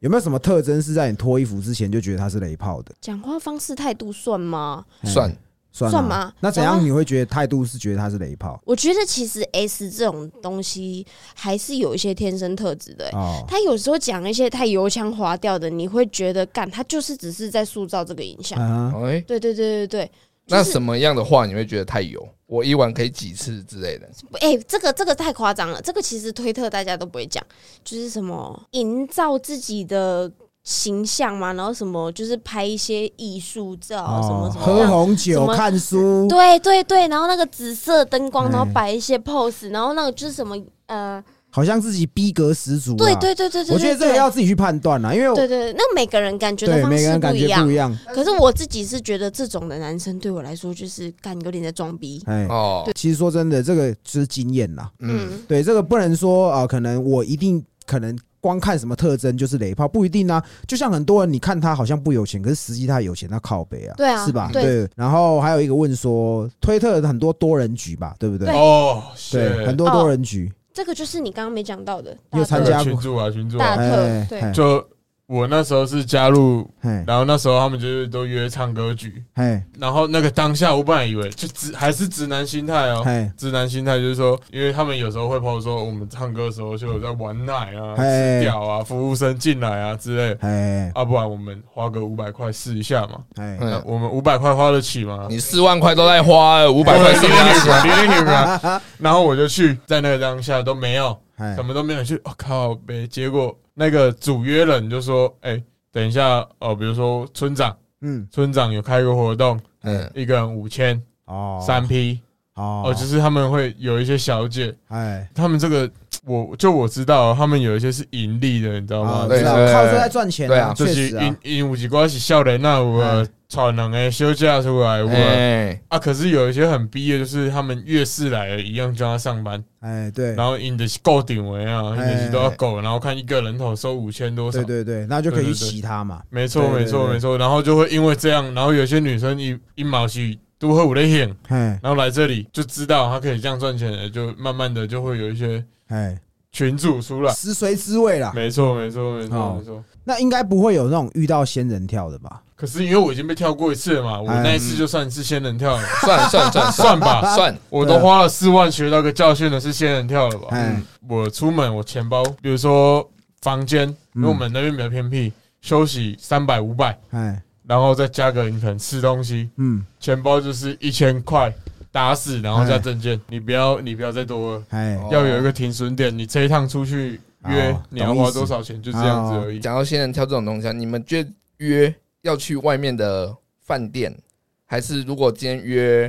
Speaker 2: 有没有什么特征是在你脱衣服之前就觉得他是雷炮的？
Speaker 1: 讲话方式态度算吗？
Speaker 2: 嘿
Speaker 3: 算
Speaker 2: 算啊
Speaker 1: 算吗
Speaker 2: 那怎
Speaker 1: 讲
Speaker 2: 样
Speaker 1: 话
Speaker 2: 你会觉得态度是觉得他是雷炮？
Speaker 1: 我觉得其实 S 这种东西还是有一些天生特质的、欸。
Speaker 2: 哦，
Speaker 1: 他有时候讲一些太油腔滑调的，你会觉得干他就是只是在塑造这个影响。
Speaker 2: 啊，
Speaker 3: 哎，
Speaker 1: 对对对对对，
Speaker 3: 那
Speaker 1: 就是
Speaker 3: 什么样的话你会觉得太油？我一晚可以几次之类的？
Speaker 1: 哎、这个这个太夸张了，这个其实推特大家都不会讲，就是什么营造自己的形象嘛，然后什么就是拍一些艺术照、
Speaker 2: 哦
Speaker 1: 什么什么这
Speaker 2: 喝
Speaker 1: 样
Speaker 2: 红
Speaker 1: 什
Speaker 2: 酒、
Speaker 1: 么
Speaker 2: 看书，
Speaker 1: 哦对对对，然后那个紫色灯光，然后
Speaker 2: 哎
Speaker 1: 摆一些 pose，然后那个就是什么呃，
Speaker 2: 好像自己逼格十足啊。
Speaker 1: 对对对对对，
Speaker 2: 我觉得这个
Speaker 1: 对
Speaker 2: 要自己去判断啦，因为我
Speaker 1: 对对，对那每个人感觉的
Speaker 2: 对
Speaker 1: 方
Speaker 2: 每个
Speaker 1: 式
Speaker 2: 人感
Speaker 1: 不一
Speaker 2: 觉
Speaker 1: 样
Speaker 2: 不一。样。
Speaker 1: 可是我自己是觉得这种的男生对我来说就是干有点在装逼，
Speaker 2: 哎，
Speaker 3: 哦，
Speaker 2: 其实说真的，这个就是经验啦。
Speaker 3: 嗯，
Speaker 1: 嗯，
Speaker 2: 对，这个不能说啊、呃可能我一定可能光看什么特征就是雷炮，不一定啊。就像很多人，你看他好像不有钱，可是实际他有钱，他靠北啊，
Speaker 1: 对啊
Speaker 2: 是吧？
Speaker 1: 对
Speaker 2: 然后还有一个问说，推特很多多人局吧，对不对？
Speaker 4: 哦，
Speaker 2: 对，很多多人局，
Speaker 1: 这个就是你刚刚没讲到的，
Speaker 2: 你有
Speaker 1: 大
Speaker 2: 参
Speaker 1: 特
Speaker 2: 加
Speaker 4: 群主啊，群主
Speaker 1: 大，
Speaker 4: 啊
Speaker 1: 特
Speaker 2: 哎
Speaker 1: 对
Speaker 2: 哎
Speaker 4: 就我那时候是加入，
Speaker 2: 嘿，
Speaker 4: 然后那时候他们就是都约唱歌局，
Speaker 2: 嘿，
Speaker 4: 然后那个当下我本来以为就直还是直男心态哦
Speaker 2: 嘿，
Speaker 4: 直男心态就是说，因为他们有时候会抛说我们唱歌的时候就有在玩奶啊、
Speaker 2: 嘿
Speaker 4: 吃屌啊、服务生进来啊之类的，
Speaker 2: 嘿，
Speaker 4: 啊，不然我们花个五百块试一下嘛，
Speaker 2: 嘿，
Speaker 3: 嗯，
Speaker 4: 我们五百块花得起
Speaker 1: 嗯
Speaker 4: 吗？
Speaker 3: 你四万块都在花，五百块是拿起来。
Speaker 4: 你你 然后我就去，在那个当下都没有，
Speaker 2: 嘿
Speaker 4: 什，么都没有去。我、靠呗！结果那个主约人就说：“哎、等一下哦，比如说村长，
Speaker 2: 嗯，
Speaker 4: 村长有开一个活动，
Speaker 3: 嗯，
Speaker 4: 一个人五千
Speaker 2: 哦，
Speaker 4: 三批
Speaker 2: 哦，
Speaker 4: 哦，就是他们会有一些小姐，
Speaker 2: 哎，
Speaker 4: 他们这个我就我知道，他们有一些是盈利的，你知道吗？
Speaker 2: 哦
Speaker 3: 对
Speaker 2: 知道
Speaker 3: 对
Speaker 2: 靠这在赚钱
Speaker 3: 对
Speaker 2: 啊，
Speaker 3: 啊
Speaker 4: 就
Speaker 2: 确
Speaker 4: 是
Speaker 2: 实啊
Speaker 4: 因，因有一个是少年啊，有的
Speaker 2: 哎
Speaker 4: 传人的休假出来，有的
Speaker 3: 哎，
Speaker 4: 啊，可是有一些很逼的，就是他们月事来了，一样叫他上班，
Speaker 2: 哎，对
Speaker 4: 然，后引的是够顶围啊，
Speaker 2: 哎
Speaker 4: 引的是都要够，然后看一个人头收五千多少
Speaker 2: 对，对对，那就可以
Speaker 4: 对
Speaker 2: 去
Speaker 4: 对对
Speaker 2: 洗它嘛，
Speaker 4: 没错
Speaker 2: 对对
Speaker 4: 没错
Speaker 2: 对
Speaker 4: 没错，然后就会因为这样，然后有些女生一一毛去都会我的眼，
Speaker 2: 嘿，
Speaker 4: 然后来这里就知道她可以这样赚钱了，就慢慢的就会有一些
Speaker 2: 哎，
Speaker 4: 群主出来，
Speaker 2: 食髓知味啦。
Speaker 4: 没错没错没错
Speaker 2: 啊哦
Speaker 4: 没错。
Speaker 2: 那应该不会有那种遇到仙人跳的吧？
Speaker 4: 可是因为我已经被跳过一次了嘛，我
Speaker 2: 哎嗯
Speaker 4: 那一次就算是仙人跳了，
Speaker 3: 算算算
Speaker 4: 算吧
Speaker 3: 算，
Speaker 4: 我都花了四万学到个教训的是仙人跳了吧？嗯
Speaker 2: 哎，
Speaker 4: 我出门我钱包，比如说房间，
Speaker 2: 嗯
Speaker 4: 因为我们那边比较偏僻，休息三百五百，
Speaker 2: 哎，
Speaker 4: 然后再加个你可能吃东西，
Speaker 2: 嗯，
Speaker 4: 钱包就是一千块，打死然后加证件，你不要你不要再多了，
Speaker 2: 哎，
Speaker 3: 哦
Speaker 4: 要有一个停损点，你这一趟出去约
Speaker 2: 哦
Speaker 4: 你要花多少钱，就这样子而已。
Speaker 3: 讲到仙人跳这种东西啊，你们觉得约要去外面的饭店，还是如果今天约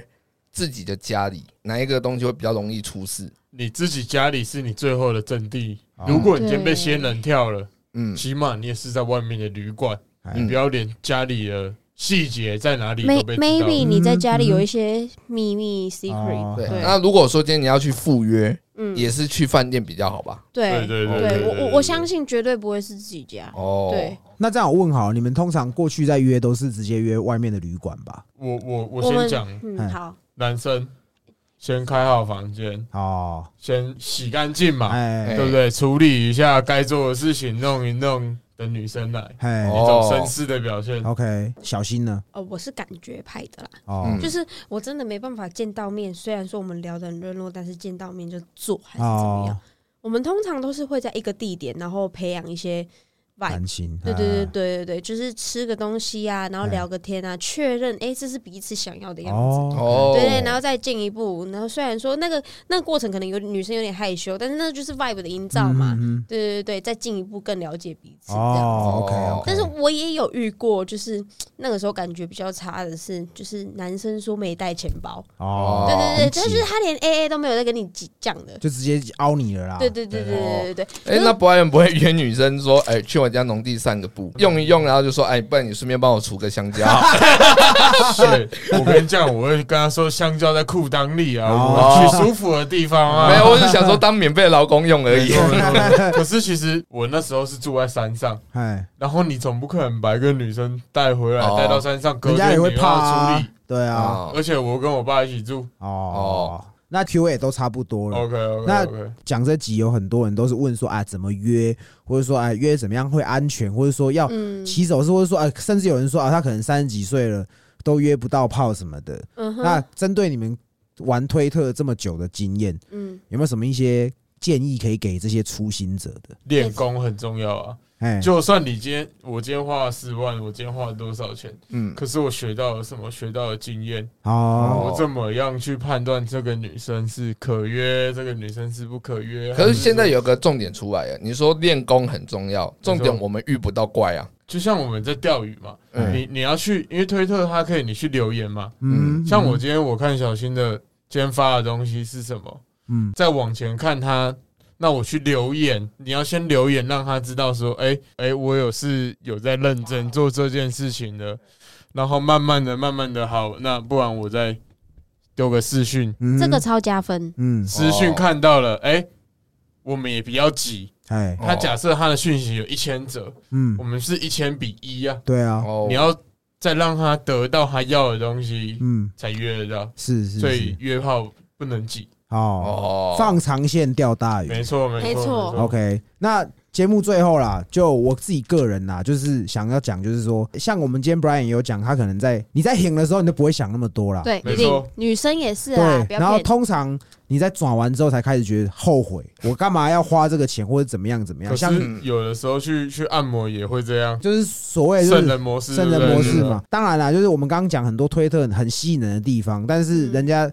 Speaker 3: 自己的家里，哪一个东西会比较容易出事？
Speaker 4: 你自己家里是你最后的阵地
Speaker 2: 哦，
Speaker 4: 如果你今天被仙人跳了，
Speaker 3: 嗯，
Speaker 4: 起码你也是在外面的旅馆，
Speaker 2: 哎
Speaker 4: 你不要连家里的细节在哪里都被知道。
Speaker 1: maybe 你在家里
Speaker 2: 嗯
Speaker 1: 有一些秘密 secret，
Speaker 2: 哦
Speaker 3: 嗯对。
Speaker 1: 对
Speaker 3: 那如果说今天你要去赴约，
Speaker 1: 嗯，
Speaker 3: 啊也是去饭店比较好吧？
Speaker 4: 对
Speaker 1: 对
Speaker 4: 对
Speaker 3: 对
Speaker 1: 对，
Speaker 4: 对，
Speaker 1: 我我我相信绝对不会是自己家，
Speaker 3: 哦，
Speaker 1: 对，
Speaker 2: 那这样我问好，你们通常过去在约都是直接约外面的旅馆吧？
Speaker 4: 我我我
Speaker 1: 我
Speaker 4: 先
Speaker 1: 们
Speaker 4: 讲，
Speaker 2: 哎
Speaker 1: 嗯，好，
Speaker 4: 男生先开好房间，
Speaker 2: 哦，
Speaker 4: 先洗干净嘛，
Speaker 2: 哎，
Speaker 4: 对不对？处理一下该做的事情，弄一弄，等女生来，
Speaker 2: 哎
Speaker 4: 一
Speaker 3: 哦
Speaker 4: 种绅士的表现。
Speaker 2: ，OK，小心呢，
Speaker 1: 哦，我是感觉派的啦，
Speaker 2: 哦
Speaker 3: 嗯，
Speaker 1: 就是我真的没办法见到面，虽然说我们聊得很热络，但是见到面就做还是怎么样
Speaker 2: 哦，。
Speaker 1: 我们通常都是会在一个地点，然后培养一些 vibe
Speaker 2: 感。情，
Speaker 1: 对对对对
Speaker 2: 哎
Speaker 1: 对对，就是吃个东西啊，然后聊个天啊，确认哎、诶这是彼此想要的样子。
Speaker 2: 哦，
Speaker 3: 哦，
Speaker 1: 对对，然后再进一步，然后虽然说那个那个过程可能有女生有点害羞，但是那就是 vibe 的营造嘛。
Speaker 2: 嗯，
Speaker 1: 对对对，再进一步更了解彼此这样。
Speaker 2: 哦，OK，
Speaker 1: 但是我也有遇过，就是那个时候感觉比较差的是，就是男生说没带钱包，
Speaker 2: 哦，
Speaker 1: 对对对，
Speaker 2: 很
Speaker 1: 但
Speaker 2: 急
Speaker 1: 是他连 A A 都没有在跟你讲的，
Speaker 2: 就直啊哦接凹你了啦，
Speaker 1: 对对对对对对对，
Speaker 3: 哎，那 Brian 不会约女生说，哎，去我家农地散个步，用一用，然后就说，哎，不然你顺便帮我除个香蕉。
Speaker 4: 是，我跟你讲，我会跟他说，香蕉在裤裆里啊，我
Speaker 2: 哦
Speaker 4: 们去舒服的地方啊。
Speaker 3: 没有，我只想说当免费的劳工用而
Speaker 4: 没
Speaker 3: 已
Speaker 4: 错。。没错没 错可是其实我那时候是住在山上，
Speaker 2: 哎，
Speaker 4: 然后你总不可能把一个女生带回来，
Speaker 3: 哦
Speaker 4: 带到山上，隔
Speaker 2: 人家
Speaker 4: 天
Speaker 2: 也
Speaker 4: 你
Speaker 2: 会
Speaker 4: 又
Speaker 2: 怕
Speaker 4: 要处
Speaker 2: 啊
Speaker 4: 理。，
Speaker 2: 对啊，
Speaker 3: 哦
Speaker 4: 而且我跟我爸一起住
Speaker 2: 哦，那 Q A 都差不多了。
Speaker 4: ，OK OK
Speaker 2: 那
Speaker 4: OK。
Speaker 2: 讲这集有很多人都是问说，哎，怎么约，或者说哎约怎么样会安全，或者说要
Speaker 1: 嗯
Speaker 2: 骑手是，或者说啊，甚至有人说啊，他可能三十几岁了都约不到炮什么的。
Speaker 1: 嗯
Speaker 2: 那
Speaker 1: 哼，
Speaker 2: 针对你们玩推特这么久的经验，
Speaker 1: 嗯，
Speaker 2: 有没有什么一些建议可以给这些初心者的？
Speaker 4: 练功很重要啊！
Speaker 2: 哎，
Speaker 4: 就算你今天我今天花了四万，我今天花了多少钱，
Speaker 3: 嗯，
Speaker 4: 可是我学到了什么？学到了经验，
Speaker 2: 哦，
Speaker 4: 我怎么样去判断这个女生是可约，这个女生是不可约？
Speaker 3: 可是现在
Speaker 4: 有，
Speaker 3: 有个重点出来了，你说练功很重要，重点我们遇不到怪啊。
Speaker 4: 就像我们在钓鱼嘛，
Speaker 2: 嗯
Speaker 4: 你你要去，因为推特它可以你去留言嘛。
Speaker 2: 嗯，
Speaker 4: 像我今天我看小新的今天发的东西是什么，
Speaker 2: 嗯，
Speaker 4: 再往前看他，那我去留言，你要先留言让他知道说，哎、哎、我有是有在认真做这件事情的，然后慢慢的、慢慢的好，那不然我再丢个私讯，
Speaker 2: 嗯
Speaker 1: 这个，超加分，
Speaker 2: 嗯，
Speaker 4: 私讯看到了，哎、我们也比较急。
Speaker 2: 哎，
Speaker 4: 他假设他的讯息有一千则，
Speaker 2: 嗯
Speaker 4: 我，们是一千比一啊，
Speaker 2: 对啊，
Speaker 3: 哦
Speaker 4: 你要再让他得到他要的东西，
Speaker 2: 嗯，
Speaker 4: 才约得到，
Speaker 2: 是是
Speaker 4: 所以
Speaker 2: 是，
Speaker 4: 约炮不能急，
Speaker 2: 哦，
Speaker 3: 哦
Speaker 2: 放长线钓大鱼
Speaker 4: 没。错没错
Speaker 1: 没错
Speaker 4: 没错
Speaker 2: OK，那节目最后啦，就我自己个人啦，就是想要讲，就是说，像我们今天 Brian 也有讲，他可能在你在醒的时候，你就不会想那么多啦。
Speaker 1: 对，
Speaker 4: 没
Speaker 1: 一定
Speaker 4: 错，
Speaker 1: 女生也是啊，不
Speaker 2: 对，然
Speaker 1: 要
Speaker 2: 后
Speaker 1: 骗。
Speaker 2: 通常你在转完之后才开始觉得后悔，我干嘛要花这个钱或者怎么样怎么样？
Speaker 4: 可
Speaker 2: 像
Speaker 4: 是有的时候去去按摩也会这样，
Speaker 2: 就是所谓就
Speaker 4: 圣
Speaker 2: 是
Speaker 4: 人模式，
Speaker 2: 圣人
Speaker 4: 对不
Speaker 2: 模
Speaker 4: 对
Speaker 2: 式嘛。。当然啦，就是我们刚刚讲很多推特很吸引人的地方，但是
Speaker 1: 嗯
Speaker 2: 人家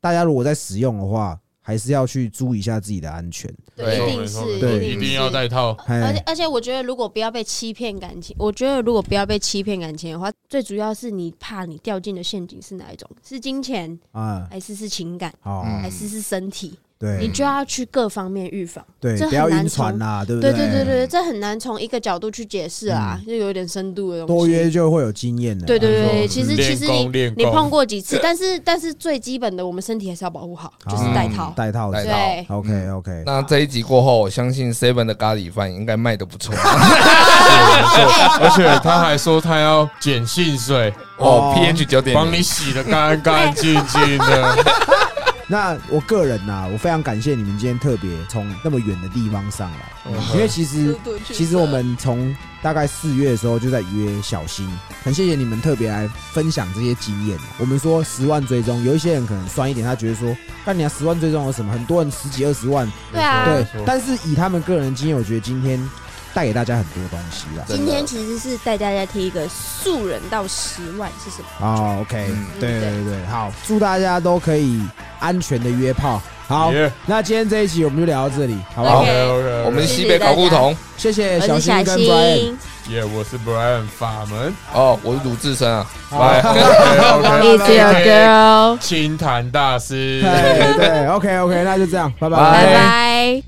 Speaker 2: 大家如果在使用的话，还是要去注意一下自己的安全。
Speaker 1: 对，一定
Speaker 4: 没错
Speaker 1: 是，
Speaker 4: 没
Speaker 2: 对
Speaker 4: 错
Speaker 1: 一
Speaker 4: 一
Speaker 1: 定
Speaker 4: 定要
Speaker 1: 是。
Speaker 4: 带套。
Speaker 1: 而且
Speaker 2: 哎，
Speaker 1: 而且，我觉得如果不要被欺骗感情，我觉得如果不要被欺骗感情的话，最主要是你怕你掉进的陷阱是哪一种？是金钱，
Speaker 2: 啊，
Speaker 1: 还是是情感，
Speaker 2: 好，
Speaker 3: 嗯
Speaker 1: 还是是身体？你
Speaker 2: 对
Speaker 1: 就要去各方面预防。
Speaker 2: 对，
Speaker 1: 这很
Speaker 2: 不要晕
Speaker 1: 难
Speaker 2: 船啊啦，对不
Speaker 1: 对对
Speaker 2: 对
Speaker 1: 对对，这很难从一个角度去解释啊，就有一点深度的东西。
Speaker 2: 嗯多约就会有经验的。
Speaker 1: 对对对
Speaker 4: 没
Speaker 1: 对，
Speaker 4: 错
Speaker 1: 其实其
Speaker 4: 练
Speaker 1: 实
Speaker 4: 功
Speaker 1: 你
Speaker 4: 练
Speaker 1: 你
Speaker 4: 功
Speaker 1: 碰过几次，但是但是最基本的，我们身体还是要保护好，就是戴
Speaker 2: 啊
Speaker 1: 套。嗯
Speaker 2: 带套
Speaker 3: 戴
Speaker 2: 子。
Speaker 3: 套
Speaker 1: 对，
Speaker 2: OK OK，
Speaker 3: 那这一集过后，我相信 Seven 的咖喱饭应该卖的不错
Speaker 2: 嗯
Speaker 4: 而且他还说他要碱性水，
Speaker 3: 哦，pH 九点
Speaker 4: 帮你洗的干干净净的。
Speaker 2: 那我个人呐、我非常感谢你们今天特别从那么远的地方上来，
Speaker 4: 哦
Speaker 2: 因为其
Speaker 1: 嗯
Speaker 2: 实其实我们从大概四月的时候就在约小新，很谢谢你们特别来分享这些经验啊。我们说十万追踪，有一些人可能酸一点，他觉得说，干你啊，十万追踪有什么？很多人十几二十万，
Speaker 1: 对啊
Speaker 2: 对
Speaker 4: 没错。
Speaker 2: 但是以他们个人的经验，我觉得今天带给大家很多东西了。
Speaker 1: 今天其实是带大家听一个素人到十万是什么？
Speaker 2: 啊 o k
Speaker 3: 嗯
Speaker 2: 对对对，好，祝大家都可以安全的约炮。好，
Speaker 4: 耶
Speaker 2: 那今天这一集我们就聊到这里， 好不好？
Speaker 4: OK OK，
Speaker 3: 我们是西北搞不同
Speaker 2: 谢谢
Speaker 1: 我
Speaker 2: 哎小
Speaker 1: 是
Speaker 2: 新
Speaker 1: 小
Speaker 2: 跟 Brian，
Speaker 1: 新，
Speaker 4: 耶，我是 Brian 法门，
Speaker 3: 哦，我是鲁智深啊，
Speaker 4: 拜
Speaker 7: It's your girl.
Speaker 4: 清谈大 师。
Speaker 2: 对对，OK OK，那就这样，拜拜
Speaker 3: 拜
Speaker 1: 拜拜。